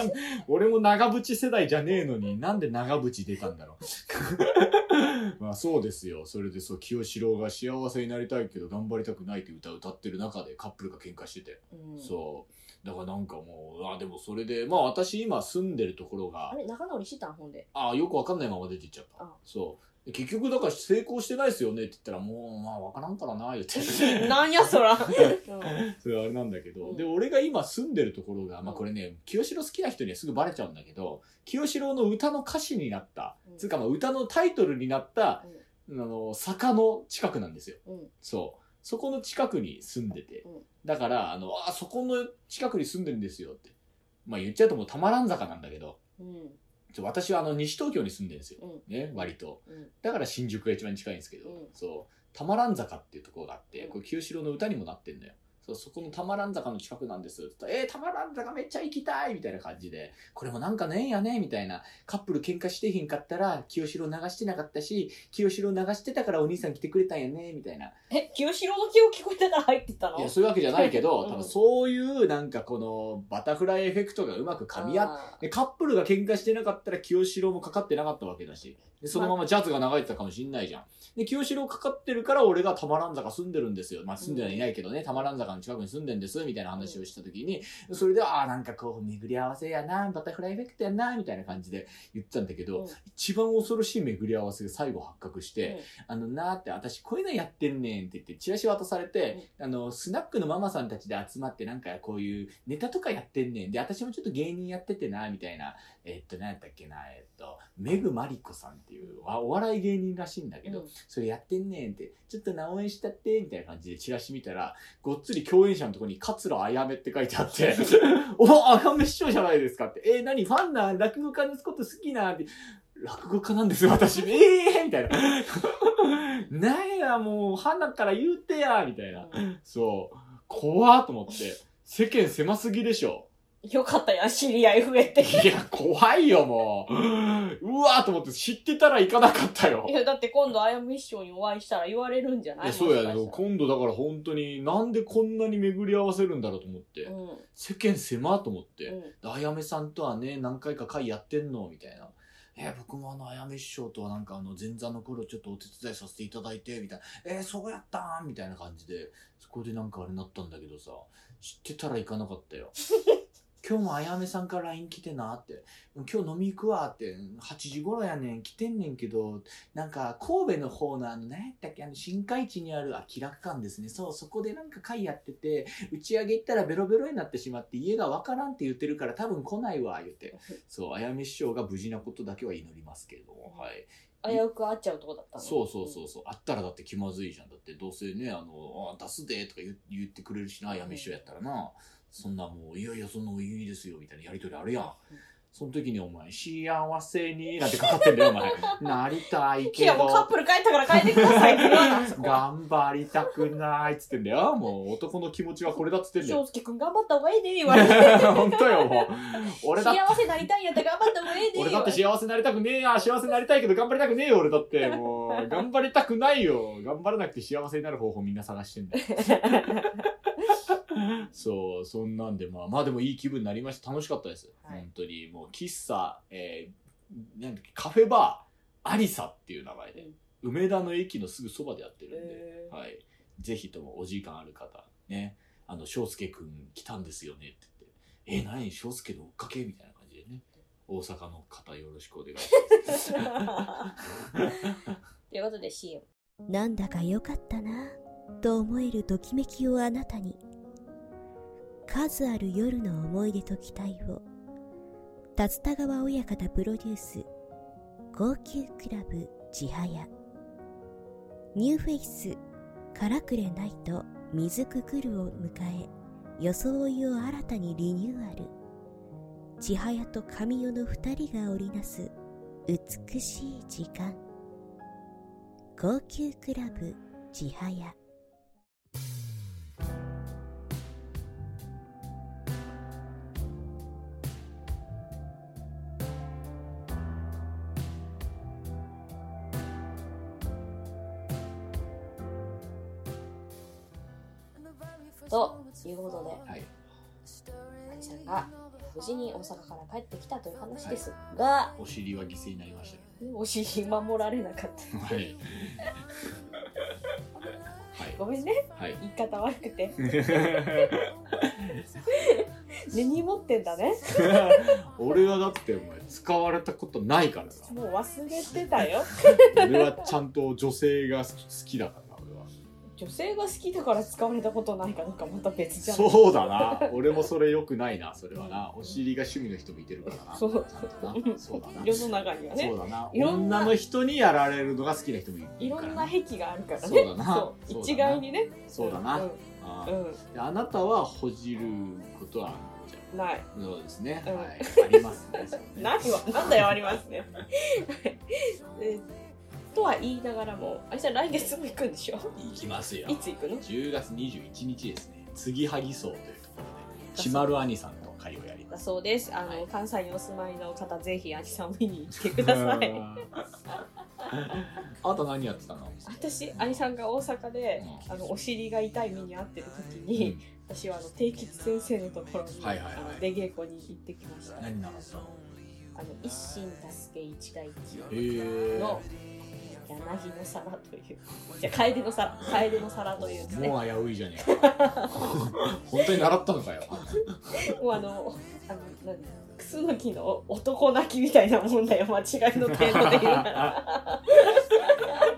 [SPEAKER 1] 俺も長渕世代じゃねえのに、なんで長渕出たんだろ う。まあ、そうですよ。それで、そう、清志郎が幸せになりたいけど、頑張りたくないって歌歌ってる中で、カップルが喧嘩してて。
[SPEAKER 2] うん
[SPEAKER 1] そう。だからなんかもう、あ、でもそれで、まあ私今住んでるところ
[SPEAKER 2] あ
[SPEAKER 1] が、
[SPEAKER 2] れ仲直りしてたんほんで。
[SPEAKER 1] あよくわかんないまま出ていっちゃった
[SPEAKER 2] あ。
[SPEAKER 1] そう。で結局だから成功してないですよねって言ったら、もう、まあわからんからな、言 って。
[SPEAKER 2] なんやそら。うん
[SPEAKER 1] それあれなんだけど、
[SPEAKER 2] うん
[SPEAKER 1] で、俺が今住んでるところが、まあ
[SPEAKER 2] うん
[SPEAKER 1] これね、清志郎好きな人にはすぐバレちゃうんだけど、清志郎の歌の歌詞になった、つうかまあ歌のタイトルになった、あの、坂の近くなんですよ。
[SPEAKER 2] うん
[SPEAKER 1] そう。そこの近くに住んでて。
[SPEAKER 2] うん
[SPEAKER 1] だから、あの、あ、そこの近くに住んでるんですよって。まあ言っちゃうともうたまらん坂なんだけど、
[SPEAKER 2] うん
[SPEAKER 1] ちょ私はあの、西東京に住んでるんですよ。
[SPEAKER 2] うん
[SPEAKER 1] ね、割と。
[SPEAKER 2] うん
[SPEAKER 1] だから新宿が一番近いんですけど、
[SPEAKER 2] うん
[SPEAKER 1] そう。たまらん坂っていうところがあって、
[SPEAKER 2] うん
[SPEAKER 1] これ清志郎の歌にもなってんのよ。そうそこのたまらん坂の近くなんです。つったらえー、たまらん坂めっちゃ行きたいみたいな感じで、これもなんかねんやねみたいな。カップル喧嘩してへんかったら、清志郎流してなかったし、清志郎流してたからお兄さん来てくれたんやねみたいな。
[SPEAKER 2] え、清志郎の気を聞こえたから入ってったの
[SPEAKER 1] いや、そういうわけじゃないけど、
[SPEAKER 2] うん
[SPEAKER 1] 多分そういうなんかこのバタフライエフェクトがうまく噛み合って、
[SPEAKER 2] あー
[SPEAKER 1] でカップルが喧嘩してなかったら清志郎もかかってなかったわけだし、でそのままジャズが流れてたかもしんないじゃん。で、清志郎かかってるから俺がたまらん坂住んでるんですよ。まあ住んではいないけどね、たまらん坂の近くに住んでんです、みたいな話をした時に、それで、ああ、なんかこう、巡り合わせやな、バタフライエフェクトやな、みたいな感じで言ってたんだけど、
[SPEAKER 2] うん
[SPEAKER 1] 一番恐ろしい巡り合わせが最後発覚して、あのなーって、私こういうのやってんねんって言って、チラシ渡されて、あの、スナックのママさんたちで集まって、なんかこういうネタとかやってんねん。で、私もちょっと芸人やっててな、みたいな。えっと、なんだっけな、えっと、メグマリコさんっていう、わお笑い芸人らしいんだけど、
[SPEAKER 2] うん
[SPEAKER 1] それやってんねんって、ちょっとな応援したって、みたいな感じでチラシ見たら、ごっつり共演者のとこに、桂あやめって書いてあって、 おあやめ師匠じゃないですかって、えー何ファンなん落語家のこと好きなんって、落語家なんですよ、私。ええみたい な。なんや、もう、花から言うてやみたいな。そう。怖っと思って。世間狭すぎでしょ。
[SPEAKER 2] よかったやん、知り合い増えて。
[SPEAKER 1] いや、怖いよ、もう。うわーと思って、知ってたら行かなかったよ
[SPEAKER 2] い。や、だって今度、あやみ師匠にお会いしたら言われるんじゃないい
[SPEAKER 1] やそうや
[SPEAKER 2] も
[SPEAKER 1] ね
[SPEAKER 2] しか
[SPEAKER 1] 今度だから本当になんでこんなに巡り合わせるんだろうと思って、
[SPEAKER 2] したらうん。
[SPEAKER 1] 世間狭っと思って、
[SPEAKER 2] うん
[SPEAKER 1] あやめさんとはね何回か会やってんのみたいな。えー僕もあの、あやめ師匠とはなんかあの、前座の頃ちょっとお手伝いさせていただいて、みたいな。えーそうやったんみたいな感じで、そこでなんかあれなったんだけどさ、知ってたら行かなかったよ。今日もあやめさんから LINE 来てなって、今日飲み行くわって、8時頃やねん、来てんねんけど、なんか神戸の方のあの、何やったっけ、あの、新海地にある、あ、気楽館ですね。そう、そこでなんか会やってて、打ち上げ行ったらベロベロになってしまって家がわからんって言ってるから多分来ないわ言ってそうあやめ師匠が無事なことだけは祈りますけれどもはい
[SPEAKER 2] 危うく会っちゃうとこだったの
[SPEAKER 1] そうそうそうそうあったらだって気まずいじゃんだってどうせねあのあ出すでとか言言ってくれるしなあやめ師匠やったらなそんなもういやいやそんなもんいいですよみたいなやりとりあるやんその時にお前幸せになんてかかってんだよお 前なりたい
[SPEAKER 2] い
[SPEAKER 1] け
[SPEAKER 2] や、もうカッ
[SPEAKER 1] ど
[SPEAKER 2] プル帰ったから帰ってください って言わなそこ
[SPEAKER 1] 頑張りたくないっつってんだよもう男の気持ちはこれだっつってんだよ
[SPEAKER 2] 翔介くん頑張った方がいいで、言われて。
[SPEAKER 1] 本当よ、もう。 俺だ
[SPEAKER 2] 幸
[SPEAKER 1] って、
[SPEAKER 2] せなりたいんやったら頑張った方がいいで、
[SPEAKER 1] 俺だって
[SPEAKER 2] 言われ
[SPEAKER 1] 幸せになりたくねえや、幸せになりたいけど頑張りたくねえよ、俺だって。もう、頑張りたくないよ。頑張らなくて幸せになる方法みんな探してんだよ。そう、そんなんで、まあ、まあでもいい気分になりました。楽しかったです。
[SPEAKER 2] はい
[SPEAKER 1] 本当に、もう、喫茶、えー、なんだっけカフェバー、アリサっていう名前で、梅田の駅のすぐそばでやってるんで。
[SPEAKER 2] へー
[SPEAKER 1] はい、ぜひともお時間ある方、ね、あの、翔介くん来たんですよねって言って、え、何翔介の追っかけみたいな感じでね、大阪の方よろしくお願いします。
[SPEAKER 2] ということで CM。
[SPEAKER 4] なんだか良かったなと思えるときめきをあなたに数ある夜の思い出と期待を竜田川親方プロデュース高級クラブ千早ニューフェイスからくれないと水くくるを迎え装いを新たにリニューアル千早と神代の二人が織りなす美しい時間高級クラブ千早
[SPEAKER 2] ということで、
[SPEAKER 1] はい、
[SPEAKER 2] ありさんが無事に大阪から帰ってきたという話ですが、
[SPEAKER 1] お尻は犠牲になりました
[SPEAKER 2] お尻守られなかった。
[SPEAKER 1] けど。はい。
[SPEAKER 2] ごめんね、
[SPEAKER 1] はい。はい。
[SPEAKER 2] 言い方悪 くて。根に持ってんだね。
[SPEAKER 1] 俺はだってお前使われたことないから
[SPEAKER 2] もう忘れてたよ。
[SPEAKER 1] な俺はちゃんと女性が好き好きだからな俺は
[SPEAKER 2] 女性が好きだから使われたことないかどうかまた別じゃん。
[SPEAKER 1] そうだな俺もそれよくないなそれはなお尻が趣味の人もいてるからな
[SPEAKER 2] そう
[SPEAKER 1] ちゃんとなそうだな
[SPEAKER 2] 世の中にはね
[SPEAKER 1] そう。だない
[SPEAKER 2] ろんな
[SPEAKER 1] 女の人にやられるのが好きな人もいる
[SPEAKER 2] いろんな
[SPEAKER 1] から
[SPEAKER 2] 癖があるからね。
[SPEAKER 1] そうだな
[SPEAKER 2] そう
[SPEAKER 1] そうだな
[SPEAKER 2] 一概にね。
[SPEAKER 1] そうだな、
[SPEAKER 2] うん
[SPEAKER 1] あ
[SPEAKER 2] う
[SPEAKER 1] ー
[SPEAKER 2] ん。
[SPEAKER 1] であなたはほじることはじゃ
[SPEAKER 2] ない。
[SPEAKER 1] あそうですね、
[SPEAKER 2] うん
[SPEAKER 1] はいありますねそうね
[SPEAKER 2] ないわ。なんだよ、ありますね。 えとは言いながらも、あれさん来月も行くんでしょ
[SPEAKER 1] 行きますよ
[SPEAKER 2] いつ行くの
[SPEAKER 1] 10月21日ですね継ぎはぎ荘というところでちまる兄さんと会をやりま
[SPEAKER 2] だ
[SPEAKER 1] す
[SPEAKER 2] そうです。あの、
[SPEAKER 1] はい
[SPEAKER 2] 関西にお住まいの方、ぜひ、アジさんを見に行ってください。
[SPEAKER 1] あと何やってたの
[SPEAKER 2] 私、アニさんが大阪で、
[SPEAKER 1] うん
[SPEAKER 2] あのお尻が痛い目に遭ってる時
[SPEAKER 1] う
[SPEAKER 2] に、
[SPEAKER 1] ん
[SPEAKER 2] 私はあの定吉先生のところに、
[SPEAKER 1] はいはいはい
[SPEAKER 2] あの出稽古に行ってきました。
[SPEAKER 1] 何習ったの
[SPEAKER 2] あの一心助け一大
[SPEAKER 1] へ
[SPEAKER 2] 一
[SPEAKER 1] え
[SPEAKER 2] の柳の皿という、じゃあ楓の皿、楓の皿というですね。
[SPEAKER 1] もう危ういじゃねえか 本当に習ったの かよ
[SPEAKER 2] もうあの、あの、何クスノキの男泣きみたいなもんだよ、間違いの程度で言うなら。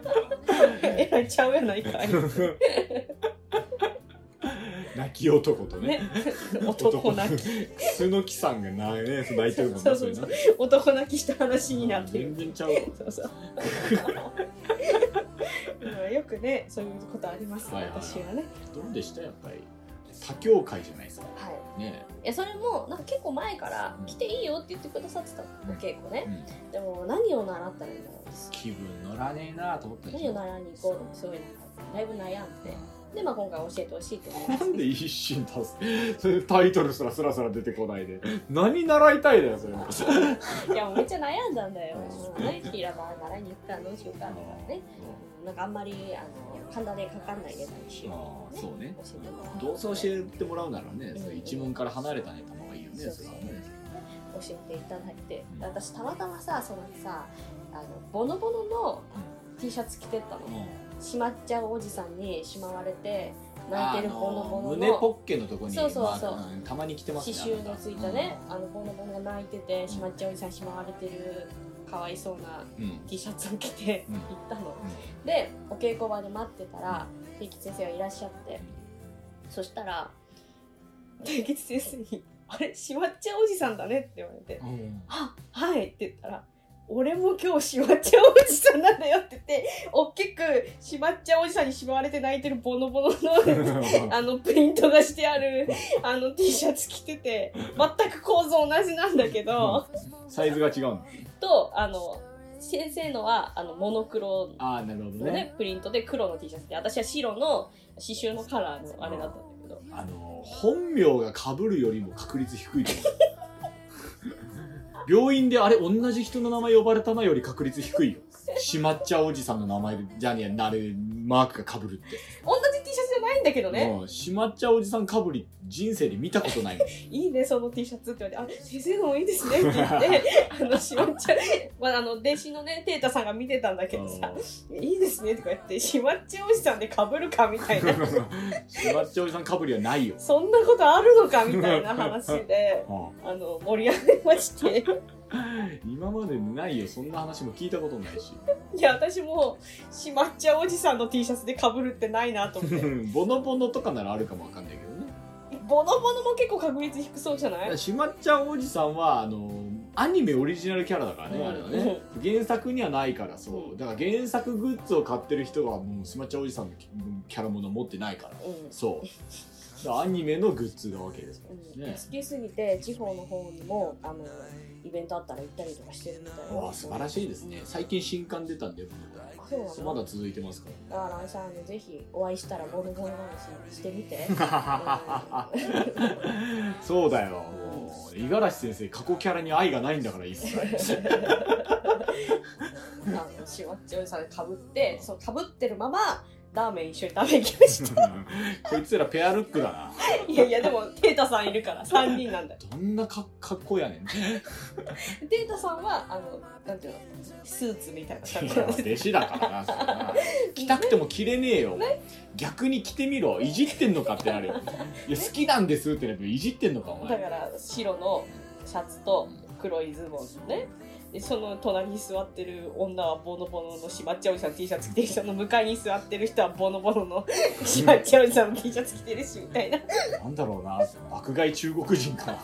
[SPEAKER 2] えらいちゃうやないかい。
[SPEAKER 1] 泣き男とね
[SPEAKER 2] ね、男泣 き。
[SPEAKER 1] き楠木さんがなね泣いてるもん
[SPEAKER 2] そ
[SPEAKER 1] な
[SPEAKER 2] う
[SPEAKER 1] そ
[SPEAKER 2] そ
[SPEAKER 1] れ
[SPEAKER 2] うそ
[SPEAKER 1] な
[SPEAKER 2] う男泣きした話になってる
[SPEAKER 1] 全。然ちゃうわ
[SPEAKER 2] そう そう。よくね、そういうことあります、
[SPEAKER 1] はいはいはい
[SPEAKER 2] 私はね。
[SPEAKER 1] どうでしたやっぱり他協会じゃないですか
[SPEAKER 2] はい
[SPEAKER 1] ね
[SPEAKER 2] いやそれもなんか結構前から来ていいよって言ってくださってたお稽古
[SPEAKER 1] え、
[SPEAKER 2] ね
[SPEAKER 1] うん、
[SPEAKER 2] でも何を習ったらいいんだろう
[SPEAKER 1] 気分乗らねえなと思ったでし
[SPEAKER 2] 何
[SPEAKER 1] ょ
[SPEAKER 2] を習いに行こうのすごいなんかだいぶ悩んででまあ今回教えてほしいと思いま
[SPEAKER 1] な
[SPEAKER 2] す
[SPEAKER 1] んで一心出すそれタイトルすらすらすら出てこない で何習いたいだよそれも
[SPEAKER 2] いやもうめっちゃ悩んだんだよもう何キラバ習いに行くからどうしようかとかねうんなんかあんまりあの簡単でかかんないネタにし
[SPEAKER 1] ま
[SPEAKER 2] よ
[SPEAKER 1] あそうね
[SPEAKER 2] 教えてもらう
[SPEAKER 1] どうせ教えてもらうならね、それ一問から離れたネタの方がいいよね
[SPEAKER 2] そう
[SPEAKER 1] そ
[SPEAKER 2] そう
[SPEAKER 1] れはね
[SPEAKER 2] う教えていただいて
[SPEAKER 1] うん
[SPEAKER 2] 私たまたまさそのさあのボノボノの T シャツ着てったのしまっちゃうおじさんにしまわれて泣いてるボノボノの
[SPEAKER 1] 胸ポッケのとこに
[SPEAKER 2] そうそうそう
[SPEAKER 1] まあんたまに来てます
[SPEAKER 2] 刺
[SPEAKER 1] ね
[SPEAKER 2] 繍のついたね、あのボンのボンが泣いててしまっちゃうおじさんしまわれてるかわいそうな
[SPEAKER 1] うん
[SPEAKER 2] T シャツを着て
[SPEAKER 1] うん
[SPEAKER 2] 行ったの、でお稽古場で待ってたら定吉先生がいらっしゃってそしたら定吉先生に「あれしまっちゃうおじさんだね」って言われて
[SPEAKER 1] うんうん
[SPEAKER 2] 「あはい」って言ったら「俺も今日しまっちゃうおじさんなんだよ」って言って大きくしまっちゃうおじさんにしまわれて泣いてるボノボノの あのプリントがしてあるあの T シャツ着てて全く構造同じなんだけど
[SPEAKER 1] サイズが違うんだ
[SPEAKER 2] とあの先生のはあのモノクロ
[SPEAKER 1] ああなるほど
[SPEAKER 2] のね
[SPEAKER 1] ね
[SPEAKER 2] プリントで黒の T シャツで私は白の刺繍のカラーのあれだったんだけど
[SPEAKER 1] あの本名が被るよりも確率低いと思 う病院であれ同じ人の名前呼ばれたなより確率低いよしまっちゃうおじさんの名前でじゃねえなれマークが被るって
[SPEAKER 2] 同じ T シャツじゃないんだけどね
[SPEAKER 1] もうしまっちゃうおじさんかぶり人生で見たことないもん
[SPEAKER 2] いいね その T シャツって言われて「あ先生のもいいですね」って言ってあのしまっちゃう、まあ、あの弟子のねテータさんが見てたんだけどさ「いいですね」とか言って「しまっちゃうおじさんでかぶるか」みたいな
[SPEAKER 1] しまっちゃうおじさんかぶりはないよ、、
[SPEAKER 2] そんなことあるのかみたいな話で
[SPEAKER 1] うん
[SPEAKER 2] あの、盛り上がりまして。
[SPEAKER 1] 今までないよそんな話も聞いたことないし
[SPEAKER 2] いや、私も、しまっちゃうおじさんの T シャツで被るってないなと 思って。
[SPEAKER 1] ボノボノとかならあるかもわかんないけどね
[SPEAKER 2] ボノボノも結構確率低そうじゃない
[SPEAKER 1] しまっちゃんおじさんはあのアニメオリジナルキャラだからね、
[SPEAKER 2] うん
[SPEAKER 1] あれはね原作にはないからそう、
[SPEAKER 2] うん
[SPEAKER 1] だから原作グッズを買ってる人がもうしまっちゃんおじさんのキキャラもの持ってないから
[SPEAKER 2] うん。
[SPEAKER 1] そうだからアニメのグッズなわけですか
[SPEAKER 2] うん
[SPEAKER 1] らね
[SPEAKER 2] 好きすぎて地方の方にもあのイベントあったら行ったりとかしてるみたいな
[SPEAKER 1] わあ素晴らしいですね最近新刊出たんで
[SPEAKER 2] あそうなの
[SPEAKER 1] まだ続いてますか
[SPEAKER 2] だからさあのぜひお会いしたらボロボロ話して みて
[SPEAKER 1] ら そうだよもう五十嵐先生過去キャラに愛がないんだから一切
[SPEAKER 2] あのしまっちゃうおじさんでかぶってそのかぶってるままラーメン一緒に食べに行きました
[SPEAKER 1] こいつらペアルックだない
[SPEAKER 2] やいやでもテータさんいるから3人なんだよ
[SPEAKER 1] どんなか かっこやねん
[SPEAKER 2] テータさんはあのなんていうのスーツみたいな感じなんです
[SPEAKER 1] 弟子だからなそれな着たくても着れねえよ逆に着てみろいじってんのかってなるよいや好きなんですってなるいじってんのかお
[SPEAKER 2] だ
[SPEAKER 1] 前
[SPEAKER 2] から白のシャツと黒いズボンねでその隣に座ってる女はボノボノのしまっちゃうおじさんの T シャツ着てる人の向かいに座ってる人はボノボノの しまっちゃうおじさんの T シャツ着てるしみたいな
[SPEAKER 1] なんだろうな爆買い中国人か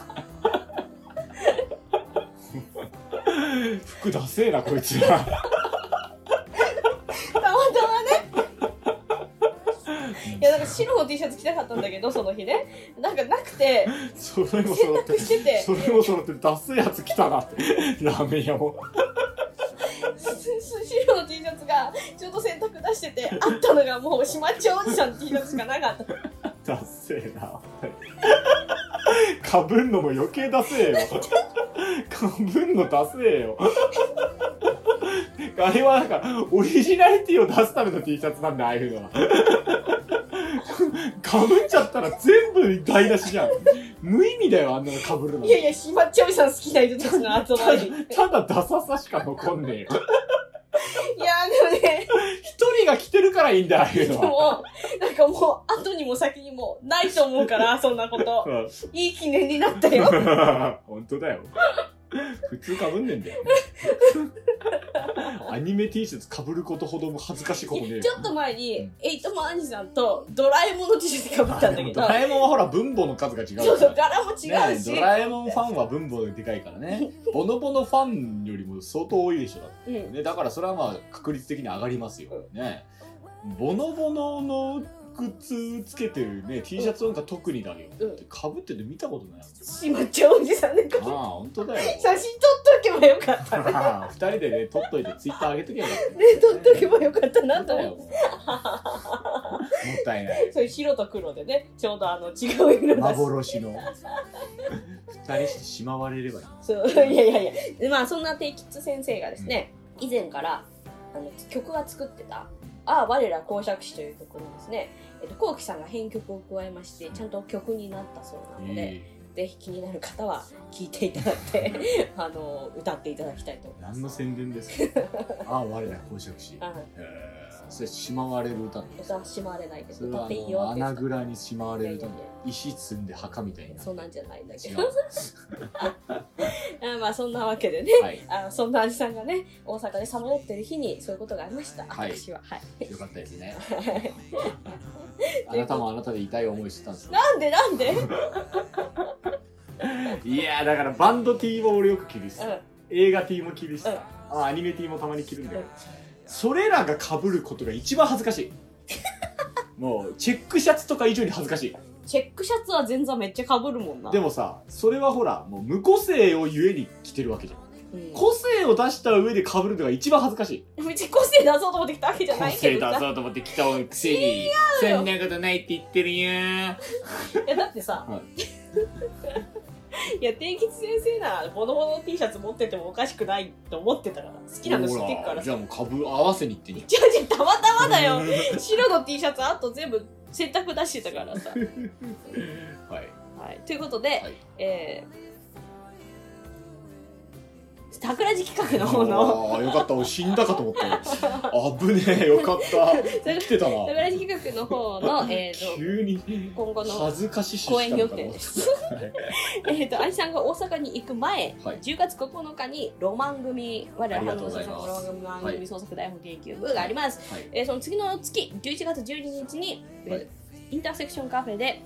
[SPEAKER 1] 服ダセえなこいつら
[SPEAKER 2] たまたまねいやだから白の T シャツ着たかったんだけどその日ねなんかなくて
[SPEAKER 1] それも
[SPEAKER 2] 洗
[SPEAKER 1] 揃って
[SPEAKER 2] 濯してて
[SPEAKER 1] それも揃ってダセえやつ来たなってラーメン屋も
[SPEAKER 2] 白の T シャツがちょうど洗濯出しててあったのがもうしまっちゃうおじさんの T シャツしかなかった
[SPEAKER 1] ダッセーなかぶんのも余計ダセーよかぶんのダセーよあれはなんかオリジナリティを出すための T シャツなんだああいうのはかぶっちゃったら全部台無しじゃん無意味だよあんなのかぶるの
[SPEAKER 2] いやいやしまっちゃうおじさん好きな人たちの集 まりいや
[SPEAKER 1] ただダサさしか残んねえよ
[SPEAKER 2] でもね
[SPEAKER 1] 一人が着てるからいいんだよああいう
[SPEAKER 2] で
[SPEAKER 1] のは
[SPEAKER 2] もなんかもう後にも先にもないと思 うからそんなこと
[SPEAKER 1] うん
[SPEAKER 2] いい記念になったよ
[SPEAKER 1] 本当だよ普通かぶんねんだよアニメ T シャツかぶることほども恥ずかしいことねえよ
[SPEAKER 2] ちょっと前にエイトマン兄さんとドラえもんの T シャツかぶったんだけ
[SPEAKER 1] ド
[SPEAKER 2] ど
[SPEAKER 1] ラえもんはほら分母の数が違うから
[SPEAKER 2] ちょっと柄も違
[SPEAKER 1] ね
[SPEAKER 2] う
[SPEAKER 1] え
[SPEAKER 2] し、
[SPEAKER 1] ドラえもんファンは分母がでかいからねボノボノファンよりも相当多いでしょだっ
[SPEAKER 2] うん
[SPEAKER 1] てねだからそれはまあ確率的に上がりますよねボノボノの靴つけてるね T シャツなんか特にだよ
[SPEAKER 2] うん
[SPEAKER 1] かぶってて見たこと ない
[SPEAKER 3] しまっちゃうおじさんで
[SPEAKER 1] ああ本当だよ
[SPEAKER 3] 写真撮っとけばよ かったね
[SPEAKER 1] 2人でね撮っといてツイッター上げとけばよかった
[SPEAKER 2] ね撮っとけばよかったな
[SPEAKER 1] 本
[SPEAKER 2] と
[SPEAKER 1] 当だ
[SPEAKER 2] 思っ
[SPEAKER 1] よ
[SPEAKER 2] て
[SPEAKER 1] もうもったいない
[SPEAKER 2] そういう白と黒でねちょうどあの違う色だし
[SPEAKER 1] 幻の2人してしまわれればいい
[SPEAKER 2] そうい やいやいやでまあそんなテイキッズ先生がですね、以前からあの曲が作ってた「ああ我ら公爵士」という曲にですね、えっと、こうきさんが編曲を加えましてちゃんと曲になったそうなので、
[SPEAKER 1] え
[SPEAKER 2] ぜひ気になる方は聴いていただいて あの歌っていただきたいと思
[SPEAKER 1] え
[SPEAKER 2] いま
[SPEAKER 1] 何
[SPEAKER 2] す
[SPEAKER 1] の。宣伝ですかああ我ら公爵士
[SPEAKER 2] うん
[SPEAKER 1] ええそれしまわれる歌なんです
[SPEAKER 2] 歌はしまわれないで
[SPEAKER 1] そ
[SPEAKER 2] す
[SPEAKER 1] れ
[SPEAKER 2] 歌
[SPEAKER 1] は
[SPEAKER 2] っ
[SPEAKER 1] あ
[SPEAKER 2] ていい
[SPEAKER 1] の
[SPEAKER 2] よって
[SPEAKER 1] 穴蔵にしまわれる歌
[SPEAKER 2] いやいや
[SPEAKER 1] 石積んで墓みたいにな
[SPEAKER 2] そうなんじゃないんだけ
[SPEAKER 1] 違
[SPEAKER 2] ど
[SPEAKER 1] う
[SPEAKER 2] あ まあそんなわけでね
[SPEAKER 1] はい
[SPEAKER 2] あそんなおじさんがね大阪でさまよってる日にそういうことがありました、
[SPEAKER 1] はい
[SPEAKER 2] 私ははい
[SPEAKER 1] よかったですね。あなたもあなたで痛い思いしてたんですね。
[SPEAKER 2] なんでなんで、うん、
[SPEAKER 1] いやーだからバンド T も俺よく着るし、映画 T も着るし、
[SPEAKER 2] うん
[SPEAKER 1] あアニメ T もたまに着るんだけど、それらが被ることが一番恥ずかしい。 もうチェックシャツとか以上に恥ずかしい。
[SPEAKER 2] チェックシャツは前座めっちゃかぶるもんな
[SPEAKER 1] でもさ、それはほら、もう無個性をゆえに着てるわけじゃん。
[SPEAKER 2] うん
[SPEAKER 1] 個性を出した上で被るのが一番恥ずかしい。
[SPEAKER 2] うち個性出そうと思ってきたわけじゃ
[SPEAKER 1] 個
[SPEAKER 2] ない
[SPEAKER 1] 性
[SPEAKER 2] けど
[SPEAKER 1] 出
[SPEAKER 2] さ
[SPEAKER 1] そうと思って着たくせに、
[SPEAKER 2] 違うよ
[SPEAKER 1] そんなことないって言ってるよー。
[SPEAKER 2] いやだってさ、、
[SPEAKER 1] はい
[SPEAKER 2] や定吉先生ならボノボノ T シャツ持っててもおかしくないと思ってたから好きなの知ってっか
[SPEAKER 1] ほ
[SPEAKER 2] ら
[SPEAKER 1] じ
[SPEAKER 2] さ
[SPEAKER 1] ゃあもう株合わせにいってんじ
[SPEAKER 2] じゃあじゃあたまた
[SPEAKER 1] ゃ
[SPEAKER 2] ま
[SPEAKER 1] ん
[SPEAKER 2] だよ白の T シャツあと全部洗濯出してたからさ、
[SPEAKER 1] はい
[SPEAKER 2] はい、ということで、
[SPEAKER 1] はい
[SPEAKER 2] えー桜地企画の方の
[SPEAKER 1] ああよかった俺死んだかと思ったよ危ねえよかった生きてたな
[SPEAKER 2] 桜地企画の 方の、えー、と
[SPEAKER 1] 急に
[SPEAKER 2] 今後の
[SPEAKER 1] 恥ずかしし
[SPEAKER 2] 公演予
[SPEAKER 1] した
[SPEAKER 2] 定
[SPEAKER 1] の
[SPEAKER 2] で
[SPEAKER 1] か
[SPEAKER 2] す えっと愛さんが大阪に行く前
[SPEAKER 1] なはい
[SPEAKER 2] 10月9日にロマン組我ら
[SPEAKER 1] あり
[SPEAKER 2] 反
[SPEAKER 1] がとう
[SPEAKER 2] 応
[SPEAKER 1] ござ
[SPEAKER 2] 制
[SPEAKER 1] い
[SPEAKER 2] 作
[SPEAKER 1] ます
[SPEAKER 2] ロマン
[SPEAKER 1] は
[SPEAKER 2] 組
[SPEAKER 1] い
[SPEAKER 2] 創作台本研究部があります、
[SPEAKER 1] はい
[SPEAKER 2] えーその次の月11月12日に、えー
[SPEAKER 1] はい
[SPEAKER 2] インターセクションカフェで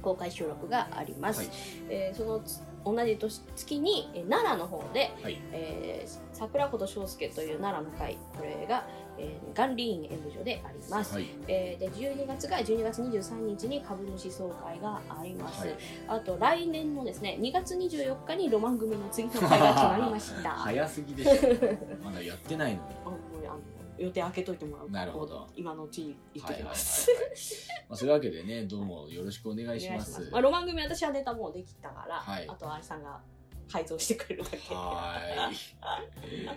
[SPEAKER 2] 公開収録があります、
[SPEAKER 1] はい
[SPEAKER 2] えーそのつ同じ年月に、えー奈良の方で、
[SPEAKER 1] はい
[SPEAKER 2] えー桜子と翔介という奈良の会これが、えー、ガンリーン演舞場であります、
[SPEAKER 1] はい
[SPEAKER 2] えーで12月が12月23日に株主総会があります、
[SPEAKER 1] はい
[SPEAKER 2] あと来年のですね2月24日にロマン組の次の会が決まりました、い、
[SPEAKER 1] 早すぎでしょまだやってないのに
[SPEAKER 2] あの予定開けといてもらう
[SPEAKER 1] なるほど
[SPEAKER 2] 今のうちに言っと きます、
[SPEAKER 1] はいはいはいはいまあそういうわけでねどうもよろしくお願いし
[SPEAKER 2] お願
[SPEAKER 1] ま
[SPEAKER 2] いしますすまあ、ロマン組私はネタもうできたから、
[SPEAKER 1] はい
[SPEAKER 2] あとは愛さんが改造してくれるだけ
[SPEAKER 1] はーい。ま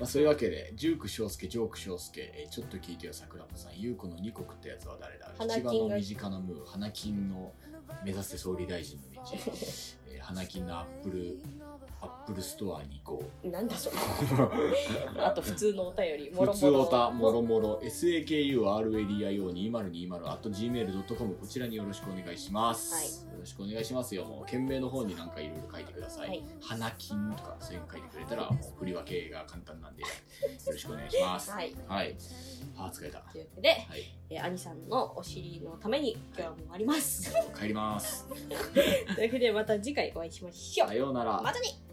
[SPEAKER 1] あそういうわけで、ジューク翔介、ジョーク翔介、えーちょっと聞いてよ、桜子さん、ゆうこの二国ってやつは誰だ
[SPEAKER 2] 花
[SPEAKER 1] 一
[SPEAKER 2] 金が
[SPEAKER 1] 番の身近なムー、花金の目指せ総理大臣の 道、えー花金のアップル、アップルストアに行こう。
[SPEAKER 2] なんだそれあと普通のお便りも ろ
[SPEAKER 1] 普
[SPEAKER 2] も
[SPEAKER 1] 通
[SPEAKER 2] ろ
[SPEAKER 1] おた、もろもろ、sakuradioNE2020.gmail.com、こちらによろしくお願いします。よろしくお願いしますよ。もう、件名の方になんかいろいろ書いてください。
[SPEAKER 2] はい
[SPEAKER 1] 花金とか、そういうの書いてくれたら、もう振り分けが簡単なんで、よろしくお願いします。
[SPEAKER 2] はい
[SPEAKER 1] はい。あー、疲れた。は
[SPEAKER 2] というわけで、
[SPEAKER 1] い。
[SPEAKER 2] えー、兄さんのお尻のために今日はもう終わります、
[SPEAKER 1] 帰ります。
[SPEAKER 2] というわけでまた次回お会いしましょう、
[SPEAKER 1] さようなら。
[SPEAKER 2] またね
[SPEAKER 1] バイ